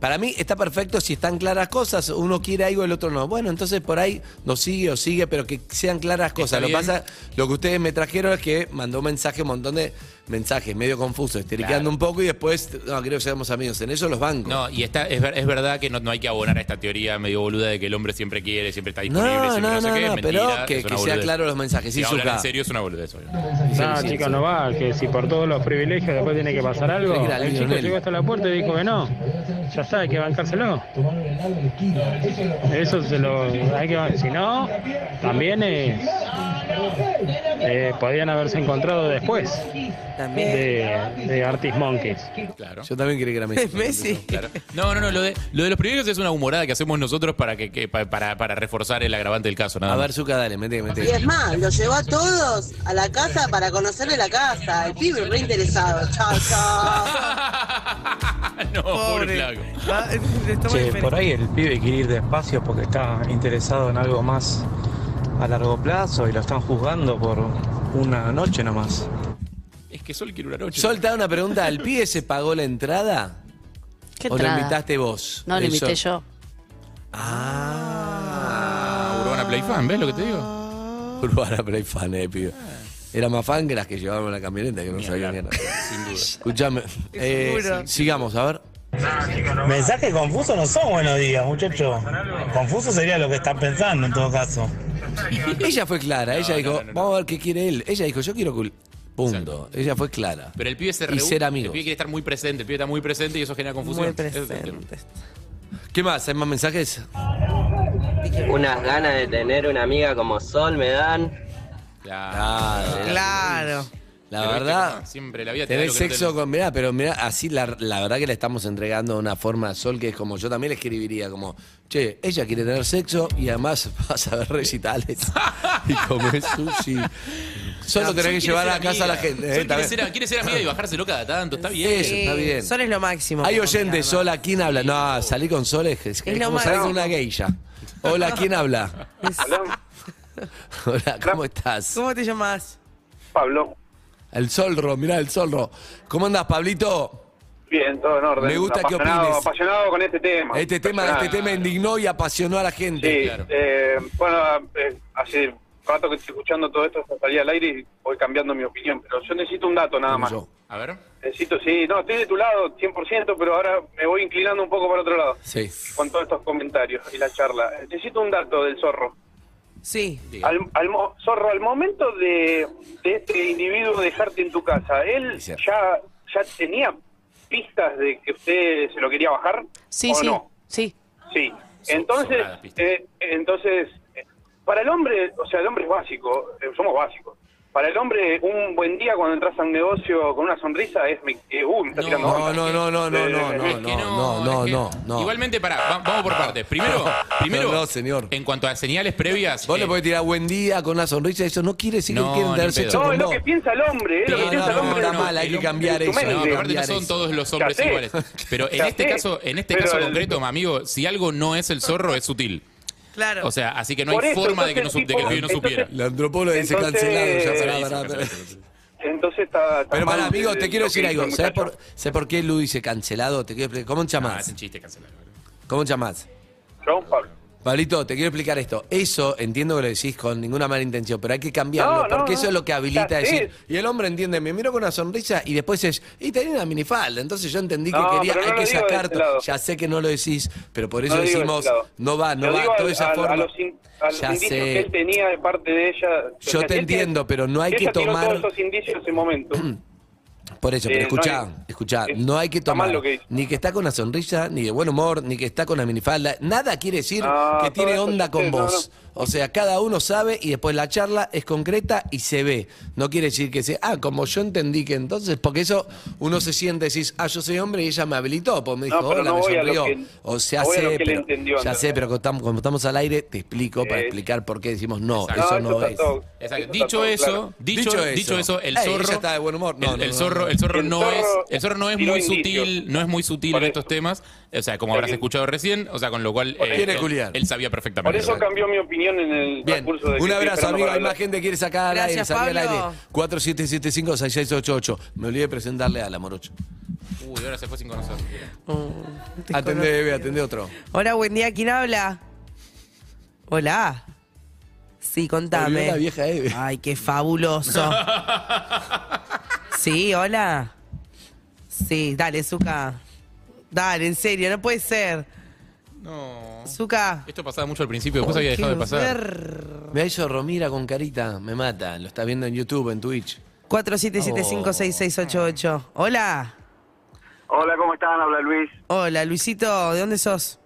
Para mí está perfecto si están claras cosas. Uno quiere algo, el otro no. Bueno, entonces por ahí nos sigue o sigue, pero que sean claras cosas. Lo bien. pasa, lo que ustedes me trajeron es que mandó mensaje, un montón de mensajes, medio confuso, esteriqueando un poco y después, no, creo que seamos amigos. En eso los bancos. No, y está, es, ver- es verdad que no, no hay que abonar a esta teoría medio boluda de que el hombre siempre quiere, siempre está disponible, No, siempre no, no, sé no, qué. no, es mentira, pero que- es una que sea boludez. claro los mensajes, Si sí, hablan Zucca. en serio es una boludez, obvio. No, sí, chicos, sí. no va, que si por todos los privilegios después tiene que pasar algo. Sí, claro, El chico Lionel. llegó hasta la puerta y dijo que no. Ya sabe, hay que bancárselo. Eso se lo hay que si no, también es- eh, podían haberse encontrado después de, de Artis Monkeys. Claro. Yo también quería que era Messi. Claro. No, no, no, lo de, lo de los privilegios es una humorada que hacemos nosotros para que, que- pa- para, para reforzar el agravante del caso, nada A más. ver, Zucca, dale, mete, mete. Este, Y es más, lo llevó a todos a la casa para conocerle la casa. El pibe re interesado. Chao, chao. no, pobre flaco. Ah, Che, por ahí el pibe quiere ir despacio porque está interesado en algo más a largo plazo y lo están juzgando por una noche nomás. Es que Sol quiere una noche. Sol, te hago una pregunta. ¿Al pibe se pagó la entrada? ¿Qué ¿O entrada? lo invitaste vos? No, lo Eso. invité yo. Ah, Urbana Play Fan, ¿ves lo que te digo? Urbana Play Fan, eh, pibe. Era más fan que las que llevaban la camioneta, que no sabían quién era. Sin duda. Escuchame. eh, Seguro. sigamos, a ver. Mensajes confusos no son buenos días, muchachos. Confuso sería lo que están pensando en todo caso. Ella fue clara, ella dijo, vamos a ver qué quiere él. Ella dijo, yo quiero cul. Punto. Ella fue clara. Pero el pibe se Y reúne. ser amigos. El pibe quiere estar muy presente, el pibe está muy presente y eso genera confusión. Muy Ese es el presente. tema. ¿Qué más? ¿Hay más mensajes? Unas ganas de tener una amiga como Sol me dan. Claro. Claro. Ah, La Ah, Pero este, viste verdad, cómo siempre la vida te da tenés lo que no sexo tenés. con. Mirá, pero mirá, así la, la verdad que le estamos entregando una forma a Sol que es como yo también le escribiría, como, che, ella quiere tener sexo y además vas a ver recitales y comer sushi. Solo Sol tenés quiere que llevar ser a casa a la amiga. gente. eh, Sol quiere, también. ser, quiere ser amiga y bajárselo cada tanto, está bien. Eso, está bien. Eh, Sol es lo máximo. Hay oyentes, Sol, ¿a quién habla? No, salí con Sol es, es Es lo como salir con máximo. una geisha. Hola, ¿quién habla? Hola, ¿cómo estás? ¿Cómo te llamas? Pablo. El Solro, mirá el Solro. ¿Cómo andás, Pablito? Bien, todo en orden. Me gusta que Apasionado- opines. Apasionado con este tema. Este tema, Apasionado. este tema este indignó y apasionó a la gente. Sí, eh, bueno, eh, hace rato que estoy escuchando todo esto hasta salir al aire y voy cambiando mi opinión, pero yo necesito un dato nada más. A ver. Necesito, sí, no, estoy de tu lado 100%, pero ahora me voy inclinando un poco para otro lado Sí. con todos estos comentarios y la charla. Necesito un dato del zorro. Sí. Al, al mo- zorro, al momento de, de este individuo dejarte en tu casa, ¿él ya, ya tenía pistas de que usted se lo quería bajar? Sí, ¿O sí. no? Sí. Sí. Entonces, sobradas pistas. eh, entonces, eh, para el hombre, o sea, el hombre es básico, eh, somos básicos. Para el hombre, un buen día cuando entras a un negocio con una sonrisa es, me, eh, uh, me está tirando No, onda. Eh, no, no, no, no, no, no, no, no, no, no, no. Igualmente, pará, va- vamos por partes. Primero, primero No, no, señor. en cuanto a señales previas. Vos le eh, podés tirar buen día con una sonrisa, eso no quiere decir No, que quieren ni tener pedo. sexo No, con es lo vos. que Piensa el hombre, es lo que No, piensa no, el hombre. está mal, hay que cambiar eso. No, hay que pero aparte no cambiar son eso. todos los hombres Ya sé. iguales. Pero en Ya este sé. caso, en este Pero caso el- concreto, amigo, si algo no es el zorro, es sutil. Claro. O sea, así que no Por hay eso, forma de que, no, entonces, sup- de que el tipo, pibe no entonces- supiera. La antropóloga dice Entonces- cancelado, ya se Sí, va sí, barato. Entonces está. está Pero mal para amigo, el- te el- quiero lo que decir hizo algo. el ¿Sabés muchacho. por, sé por qué Lu dice cancelado? Te quiero explicar. ¿Cómo te Ah, es llamás? un chiste cancelado. ¿Cómo te llamás? Yo, Pablo. Pablito, te quiero explicar esto. Eso entiendo que lo decís con ninguna mala intención, pero hay que cambiarlo, No, no, porque no. eso es lo que habilita Ya sé. decir. Y el hombre entiende, me miró con una sonrisa y después es, y tenía una minifalda. Entonces yo entendí que No, quería, pero no hay lo que digo de sacar. ese to- lado. Ya sé que no lo decís, pero por eso No lo digo de decimos, ese lado. no va, no Lo va, digo toda a- esa a- forma. A los, in- a los ya indicios sé. que él tenía de parte de ella. O Yo sea, te si él entiendo, tiene- pero no hay si que ella tiró tomar- todos esos indicios en ese momento. Por eso, Eh, pero no escuchá, hay- escuchá, no hay que tomar mal lo que hizo. ni que está con una sonrisa, ni de buen humor, ni que está con la minifalda. Nada quiere decir No, que todo tiene eso onda yo con sé, no, vos. O sea, cada uno sabe y después la charla es concreta y se ve. No quiere decir que sea, ah, como yo entendí que entonces, porque eso uno se siente, decís, ah, yo soy hombre y ella me habilitó, pues me dijo, No, pero hola, no me voy a lo sonrió. que- o sea, no voy a sé, lo que él pero, entendió, ya ¿no? sé, pero como estamos, como estamos al aire, te explico para Eh. explicar por qué decimos no, Exacto. eso No, no, eso está es. todo. Exacto. Eso está Dicho, todo eso, claro. dicho, Dicho eso. dicho eso, el Ey, zorro. ella está de buen humor. No, el, no, el no, zorro, no. el zorro El no zorro es, el zorro no es tiró muy indicios. sutil, no es muy sutil en estos temas. O sea, como habrás escuchado recién, o sea, con lo cual eh, eso. Quiere culiar. él sabía perfectamente. Por eso cambió mi opinión en el transcurso de que Un estoy abrazo, amigo. esperando para Hay más hablar. gente que quiere sacar al aire, Gracias, salir al aire. Pablo. 4775-6688. Me olvidé de presentarle a la morocha. Uy, ahora se fue sin conocer. Oh, Te Atendé, conozco. bebé, atendé otro. Hola, buen día, ¿quién habla? Hola. Sí, contame. Volvió la vieja Ay, qué fabuloso. sí, hola. Sí, dale, Zuka. Dale, en serio, no puede ser. No. Zuka. Esto pasaba mucho al principio, después había dejado de pasar. Me ha hecho Romira con carita. Me mata. Lo está viendo en YouTube, en Twitch. 47756688. Hola. Hola, ¿cómo están? Habla Luis, Hola, Luisito, ¿de dónde sos?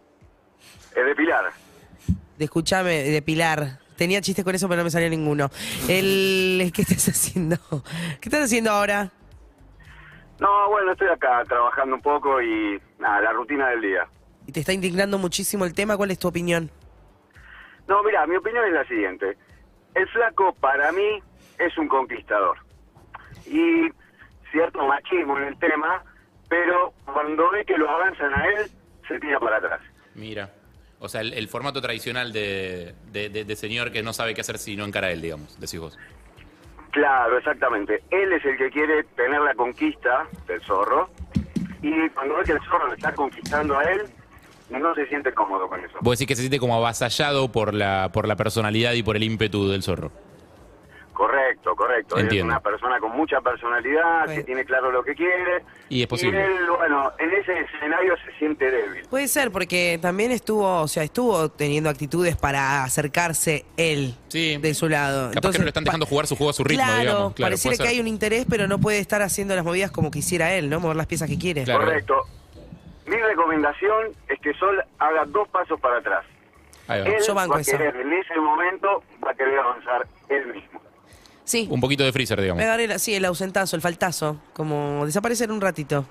es de Pilar. De escuchame, de Pilar. Tenía chistes con eso, pero no me salió ninguno. El, ¿Qué estás haciendo? ¿Qué estás haciendo ahora? No, bueno, estoy acá trabajando un poco y nada, la rutina del día. y te está indignando muchísimo el tema, ¿cuál es tu opinión? No, mira, mi opinión es la siguiente. El flaco para mí es un conquistador. Y cierto machismo en el tema, pero cuando ve que lo avanzan a él, se tira para atrás. Mira. O sea, el, el formato tradicional de, de- de- de señor que no sabe qué hacer si no encara él, digamos, decís vos. Claro, exactamente. Él es el que quiere tener la conquista del zorro. Y cuando ve que el zorro lo está conquistando a él, no se siente cómodo con eso. Vos decís que se siente como avasallado por la, por la personalidad y por el ímpetu del zorro. Correcto, correcto. Él Es Entiendo. una persona con mucha personalidad, que tiene claro lo que quiere. Y es posible. él, bueno, en ese escenario se siente débil. Puede ser, porque también estuvo, o sea, estuvo teniendo actitudes para acercarse él de su lado. Capaz que no le están dejando jugar su juego a su ritmo, claro, digamos. Claro, pareciera puede que ser. hay un interés, pero no puede estar haciendo las movidas como quisiera él, ¿no? Mover las piezas que quiere. Correcto. Mi recomendación es que Sol haga dos pasos para atrás. Ahí va. Él va a querer, en ese momento, va a querer avanzar él mismo. Sí. Un poquito de freezer, digamos. Me agarré la- sí, el ausentazo, el faltazo, como desaparecer un ratito.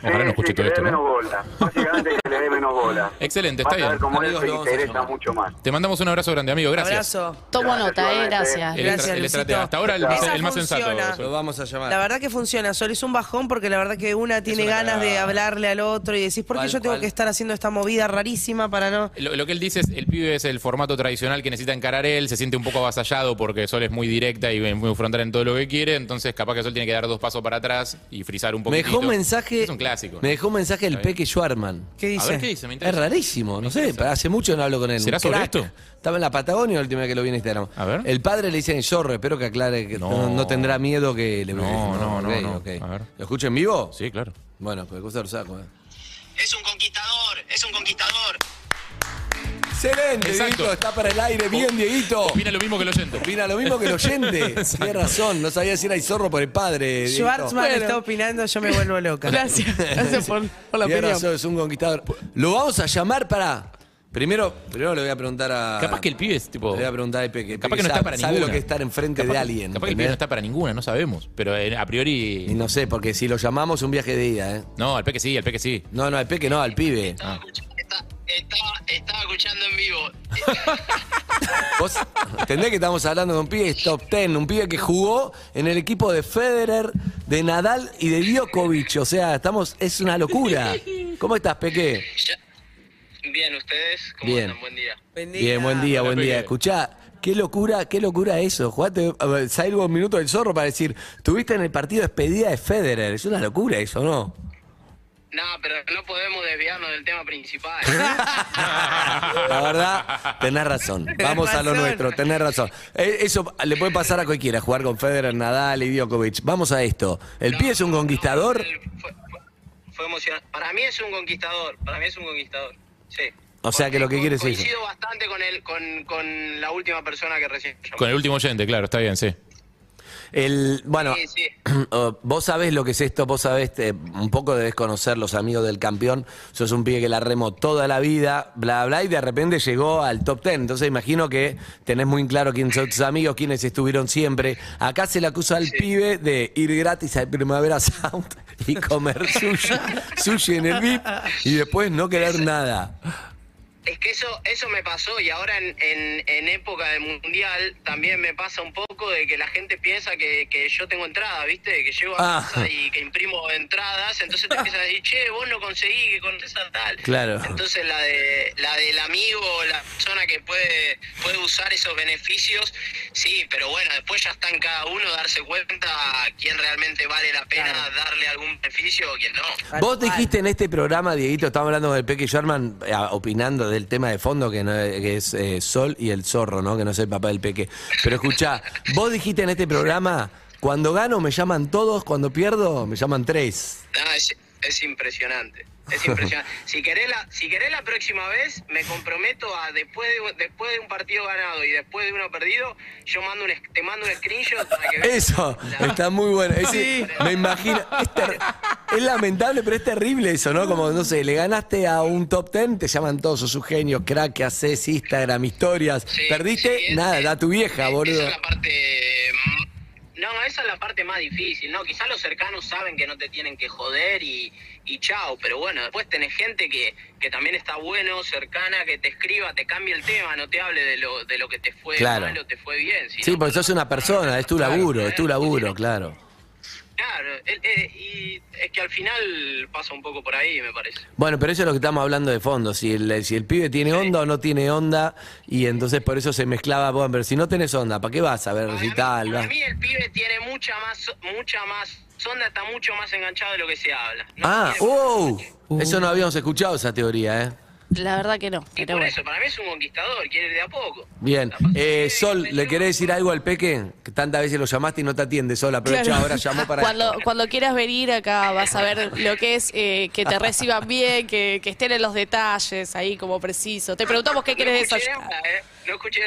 Ojalá no escuche Que todo le esto, dé menos ¿no? bola. Básicamente que le dé menos bola. Excelente, Vas está a ver bien. cómo él Amigos, se lo vamos a interesa mucho más. Te mandamos un abrazo grande, amigo. Gracias. Tomo nota, eh, gracias. El, estra- el estratega. Hasta ahora el, más- Esa el más sensato. funciona. Sol. vamos a llamar. La verdad que funciona, Sol, es un bajón porque la verdad que una tiene una ganas de cagada. hablarle al otro y decís, ¿por qué Tal yo tengo cual. que estar haciendo esta movida rarísima para no...? Lo, lo que él dice es, el pibe es el formato tradicional que necesita encarar él, se siente un poco avasallado porque Sol es muy directa y muy frontal en todo lo que quiere, entonces capaz que Sol tiene que dar dos pasos para atrás y frizar un Me poquito. dejó un mensaje. Es un clásico. Me dejó un mensaje el Peque Schwarman. ¿Qué dice? A ver, ¿qué dice? Me es interesa. rarísimo, no sé. Hace mucho no hablo con él. ¿Será Un sobre crack. esto? Estaba en la Patagonia la última vez que lo vi en Instagram. A ver. El padre le dice en zorro, espero que aclare que no, no tendrá miedo que le No, no, no, ok, no. ok. A ver. ¿Lo escucho en vivo? Sí, claro. Bueno, pues cosa lo saco, eh. Es un conquistador. Excelente, Exacto. Dieguito, está para el aire, bien, Dieguito. Opina lo mismo que el oyente. Opina lo mismo que el oyente. Tiene razón, no sabía si era el zorro por el padre. Dieguito. Schwarzman está opinando, yo me vuelvo loca. Gracias, gracias por, Tiene razón, es un conquistador. Lo vamos a llamar para. Primero, primero le voy a preguntar a. Capaz que el pibe es tipo... Le voy a preguntar al Peque. Capaz que no Peque está sabe- para sabe ninguna. lo que es estar enfrente Capaz- de alguien. Capaz que el pibe no ¿entendés? está para ninguna, no sabemos. Pero eh, a priori... Y no sé, porque si lo llamamos un viaje de ida, ¿eh? No, al peque sí, al peque sí. Ah. No, no, al peque no, al pibe. Vos entendés que estamos hablando de un pibe que es top ten, un pibe que jugó en el equipo de Federer, de Nadal y de Djokovic. O sea, estamos, es una locura. ¿Cómo estás, Peque? Bien, ustedes. Bien. Buen día. Bien, buen día, buen día. Escuchá, qué locura, qué locura eso. Jugate, a ver, salgo un minuto del zorro para decir, tuviste en el partido despedida de Federer. Es una locura eso, ¿no? No, pero no podemos desviarnos del tema principal. La verdad, tenés razón. Vamos a lo nuestro, tenés razón. Eh, Eso le puede pasar a cualquiera, jugar con Federer, Nadal y Djokovic. Vamos a esto. ¿El pie es un conquistador? Fue emocionante. Para mí es un conquistador. Para mí es un conquistador. Sí. O sea que lo que quiere es eso. Coincido bastante con, el, con, con la última persona que recién llamó. Con el último oyente, claro, está bien, sí. El, bueno, Sí, sí. oh, vos sabés lo que es esto, vos sabés, eh, un poco debes conocer los amigos del campeón, sos un pibe que la remó toda la vida, bla, bla, y de repente llegó al top ten. Entonces imagino que tenés muy claro quiénes son tus amigos, quiénes estuvieron siempre. Acá se le acusa al pibe de ir gratis a Primavera Sound y comer sushi, sushi en el VIP y después no querer nada. Es que eso, eso me pasó y ahora en, en- en época de mundial también me pasa un poco de que la gente piensa que, que yo tengo entrada, ¿viste? Que llego a Ah. casa y que imprimo entradas, entonces te empiezan a decir, che, vos no conseguí que conoces a tal. Claro. Entonces la de la del amigo, la persona que puede, puede usar esos beneficios, sí, pero bueno, después ya está en cada uno darse cuenta quién realmente vale la pena darle algún beneficio o quién no. Vos dijiste en este programa, Dieguito, estamos hablando del Peque Sherman, eh, opinando del tema de fondo que, no- que es eh, Sol y el Zorro, ¿no? Que no es el papá del Peque. Pero escuchá, vos dijiste en este programa, cuando gano me llaman todos, cuando pierdo me llaman tres. No, Ah, es, es impresionante. Es impresionante. si, querés la, si querés la próxima vez, me comprometo a después de, después de un partido ganado y después de uno perdido, yo mando un, es- te mando un screenshot para que veas. Eso, está muy bueno. Es- Me imagino. Es, ter- es lamentable, pero es terrible eso, ¿no? Como, no sé, le ganaste a un top ten, te llaman todos, sos un genio, crack, que haces Instagram, historias. Perdiste, nada, da tu vieja, boludo. No, esa es la parte más difícil, ¿no? Quizás los cercanos saben que no te tienen que joder y, y chao, pero bueno, después tenés gente que, que también está bueno, cercana, que te escriba, te cambie el tema, no te hable de lo, de lo que te fue Claro. mal o te fue bien. Sí, porque sos una persona, es tu laburo, es tu laburo, claro. Claro, el- eh, y es que al final pasa un poco por ahí, me parece. Bueno, pero eso es lo que estamos hablando de fondo, si el, si el pibe tiene onda o no tiene onda, y entonces por eso se mezclaba, bueno, pero si no tenés onda, ¿para qué vas a ver recital? Para vas? mí el pibe tiene mucha más, mucha más, Sonda está mucho más enganchado de lo que se habla. Ah, wow, eso no habíamos escuchado esa teoría, ¿eh? La verdad que no. Y Pero por bueno. eso, para mí es un conquistador, quiere ir de a poco. Bien, Eh, Sol, ¿le querés decir algo al Peque? Que tantas veces lo llamaste y no te atiende, Sol, aprovecha, Claro. ahora llamó para... Cuando, cuando quieras venir acá vas a ver lo que es eh, que te reciban bien, que, que estén en los detalles ahí como preciso. Te preguntamos qué querés desayunar. No escuché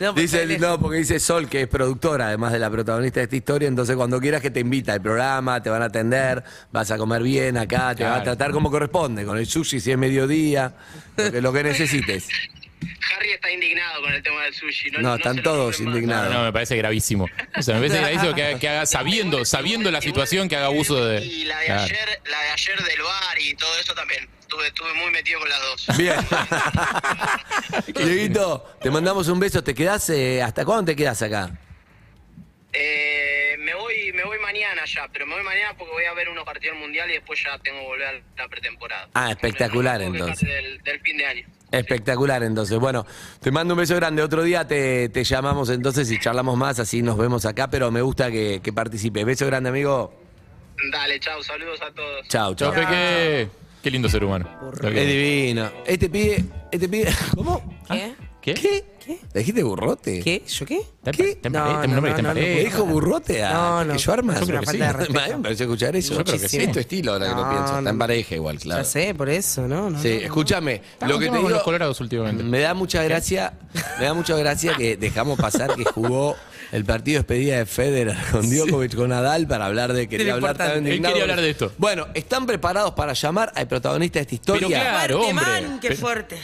nada. dice, no, porque dice Sol, que es productora, además de la protagonista de esta historia, entonces cuando quieras que te invita al programa, te van a atender, vas a comer bien acá, te van a Claro. tratar como corresponde, con el sushi si es mediodía, lo que, lo que necesites. Harry está indignado con el tema del sushi. No, No, están todos indignados. No, me parece gravísimo. O sea, me parece gravísimo que, haga- que haga, sabiendo, sabiendo la situación, que haga abuso de. Claro. La de ayer del bar y todo eso también. Estuve, estuve muy metido con las dos. Bien. Dieguito, te mandamos un beso, ¿te quedás? eh, ¿Hasta cuándo te quedás acá? Eh, me voy me voy mañana ya, pero me voy mañana porque voy a ver unos partidos del mundial y después ya tengo que volver a la pretemporada. Ah, espectacular entonces. Del, del fin de año. Espectacular, entonces. Bueno, te mando un beso grande. Otro día te, te llamamos entonces y charlamos más, así nos vemos acá, pero me gusta que, que participe. Beso grande, amigo. Dale, chao, saludos a todos. Chao, chao. Chao, Peque. Qué lindo ser humano. Es divino. Este pibe, este pibe, ¿cómo? ¿Qué? ¿Qué? ¿Le dijiste burrote? ¿Qué? ¿Yo qué? ¿Qué? Te Eh, No, este emparé, te no, emparé, no, te no, emparé. no, ¿Le dijo burrote a No, que no, yo armas? es una falta de respeto. Me pareció escuchar eso. Yo creo que sí. Es tu estilo ahora que lo No, pienso. Está en no. pareja igual, claro. Ya sé, por eso, ¿no? no Sí, no. escúchame, lo que te digo, los colorados últimamente. me da mucha gracia, me da mucha gracia que dejamos pasar que jugó el partido de despedida de Federer con Djokovic con Nadal para hablar de De quería lo hablar importante. también de Él quería Ignacio. hablar de esto. Bueno, están preparados para llamar al protagonista de esta historia. Pero claro, ¡Qué man, qué Pero- fuerte!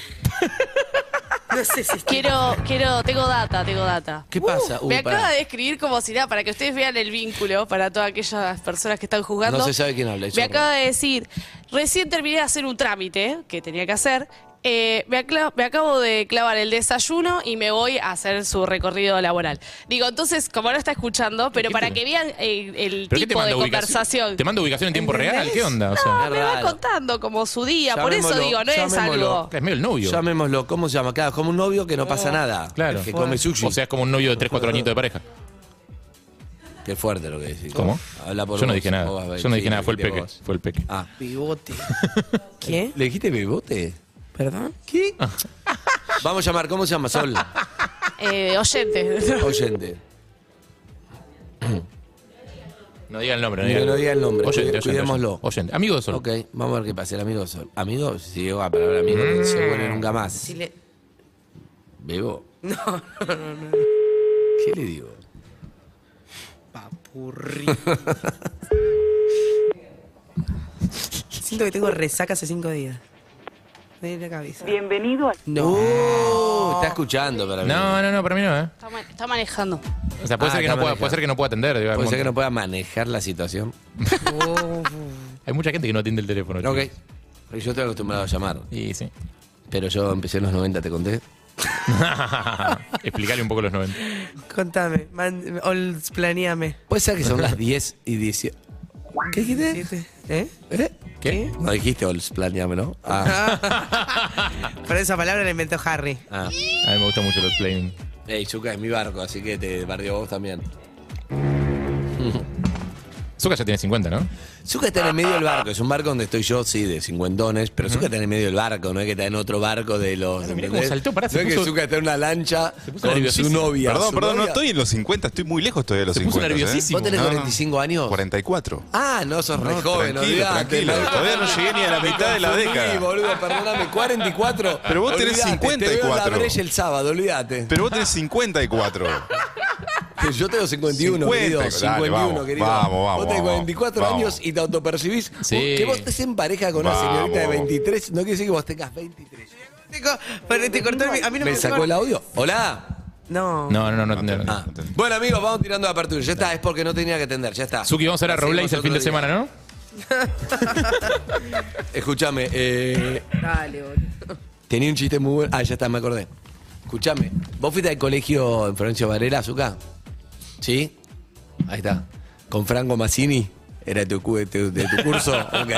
No sé si está- Quiero, quiero, tengo data, tengo data. ¿Qué pasa? Uh, Me pará. acaba de escribir como si nada, para que ustedes vean el vínculo para todas aquellas personas que están jugando. No se sabe quién habla, es Me horror. acaba de decir, recién terminé de hacer un trámite que tenía que hacer. eh, me, acla- me acabo de clavar el desayuno y me voy a hacer su recorrido laboral. Digo, entonces, como no está escuchando, pero ¿Qué para te- que vean eh, el ¿Pero qué te tipo de manda ubicación? conversación. ¿Te manda ubicación en tiempo real? ¿Qué onda? O sea, No, me va contando como su día, por eso Llamémoslo, digo, no es llamémoslo. algo. es medio el novio. Llamémoslo, ¿cómo se llama? Claro, es como un novio que no pasa nada. Claro. Que come sushi. O sea, es como un novio de 3, 4 añitos de pareja. Qué fuerte lo que decís. ¿Cómo? Habla por Yo no vos, dije nada. vos vas a ver, Yo no sí, dije nada. lo Fue el dijiste peque. vos. Fue el peque. Ah. Pivote. ¿Qué? ¿Le dijiste pivote? ¿Perdón? ¿Qué? Vamos a llamar, ¿cómo se llama? Sol. Eh, oyente. Oyente. No diga el nombre. No, no diga el nombre. Oyente, Cuide- oyente, cuidémoslo. oyente. Oyente. Amigo de Sol. Ok, vamos a ver qué pasa. El amigo de Sol. Amigo, si llegó a palabra amigo, Mm. no se vuelve nunca más. Si le- Bebo. No, no, no, no. ¿Qué le digo? Papurri. Siento que tengo resaca hace cinco días. De la cabeza. Bienvenido a... No. Uh, está escuchando para mí. Oh. No, no, no, para mí no, ¿eh? Está, ma- está manejando. O sea, puede, Ah, ser, que no pueda, está manejando. puede ser que no pueda atender. digo, Puede hay ser que mon- no pueda manejar la situación. Hay mucha gente que no atiende el teléfono. Ok. chicos. Porque yo estoy acostumbrado a llamar. Y sí. Pero yo empecé en los 90, te conté. Explicale un poco los 90. Contame, man, ol- planeame. Puede ser que son las 10 y 18. ¿Qué dijiste? ¿Eh? ¿Eh? ¿Qué? No dijiste Ols, planeame, ¿no? Ah. Pero esa palabra la inventó Harry. ah. A mí me gusta mucho los planning. Ey, Zuka es mi barco, así que te barrió vos también. Zuka ya tiene 50, ¿no? Zuka está en el medio del barco, es un barco donde estoy yo, sí, de cincuentones, pero Zuka está en el medio del barco, no es que está en otro barco de los. mirá ¿entendés? cómo saltó, pará, se no es que puso- Zuka está en una lancha puso con su nerviosísimo. novia. Perdón, Su perdón, no novia- estoy en los 50, estoy muy lejos todavía de los Se puso 50. ¿eh? nerviosísimo. ¿Vos tenés No, no. 45 años? 44. Ah, no, sos re No, joven, tranquilo, olvidate. tranquilo. Todavía no llegué ni a la mitad de la Confundí, década. boludo, perdóname, 44. Pero vos tenés Olvidate, Te veo en la 54. brecha el sábado, olvídate. Pero vos tenés 54. Que Yo tengo 51, 50, querido. dale, 51, vamos, querido. vamos, vamos, Vos tenés vamos, 44 vamos. años y te autopercibís. Sí. Vos- Que vos estés en pareja con una Vamos, señorita de vamos. 23, no quiere decir que vos tengas 23. Te co- pero te cortó el mi- A mí no me, ¿Me sacó el audio? Hola. No. No, no, no, no. no, Ah. Bueno, amigos, vamos tirando de apertura. Ya está, es porque no tenía que atender, ya está. Suki, vamos a ver a Hacemos Robles el otro fin de día. semana, ¿no? Escúchame, eh, Dale, boludo. tenía un chiste muy bueno. Ah, ya está, me acordé. Escúchame, ¿vos fuiste al colegio en Florencio Varela, Zucca? ¿Sí? Ahí está. ¿Con Franco Massini? ¿Era de tu, cu- de tu- de tu curso? Ok,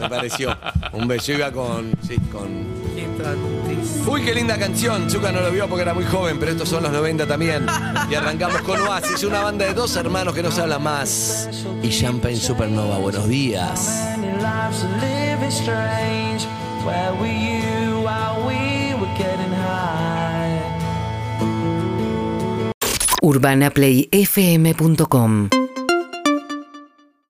me pareció. Un beso. Yo iba con... Sí, con... Qué tontis. Uy, qué linda canción. Zucca no lo vio porque era muy joven, pero estos son los 90 también. Y arrancamos con Oasis, una banda de dos hermanos que no se hablan más. Y Champagne Supernova, buenos días. Many lives are living strange. Where were you while we were getting high? UrbanaPlayFM.com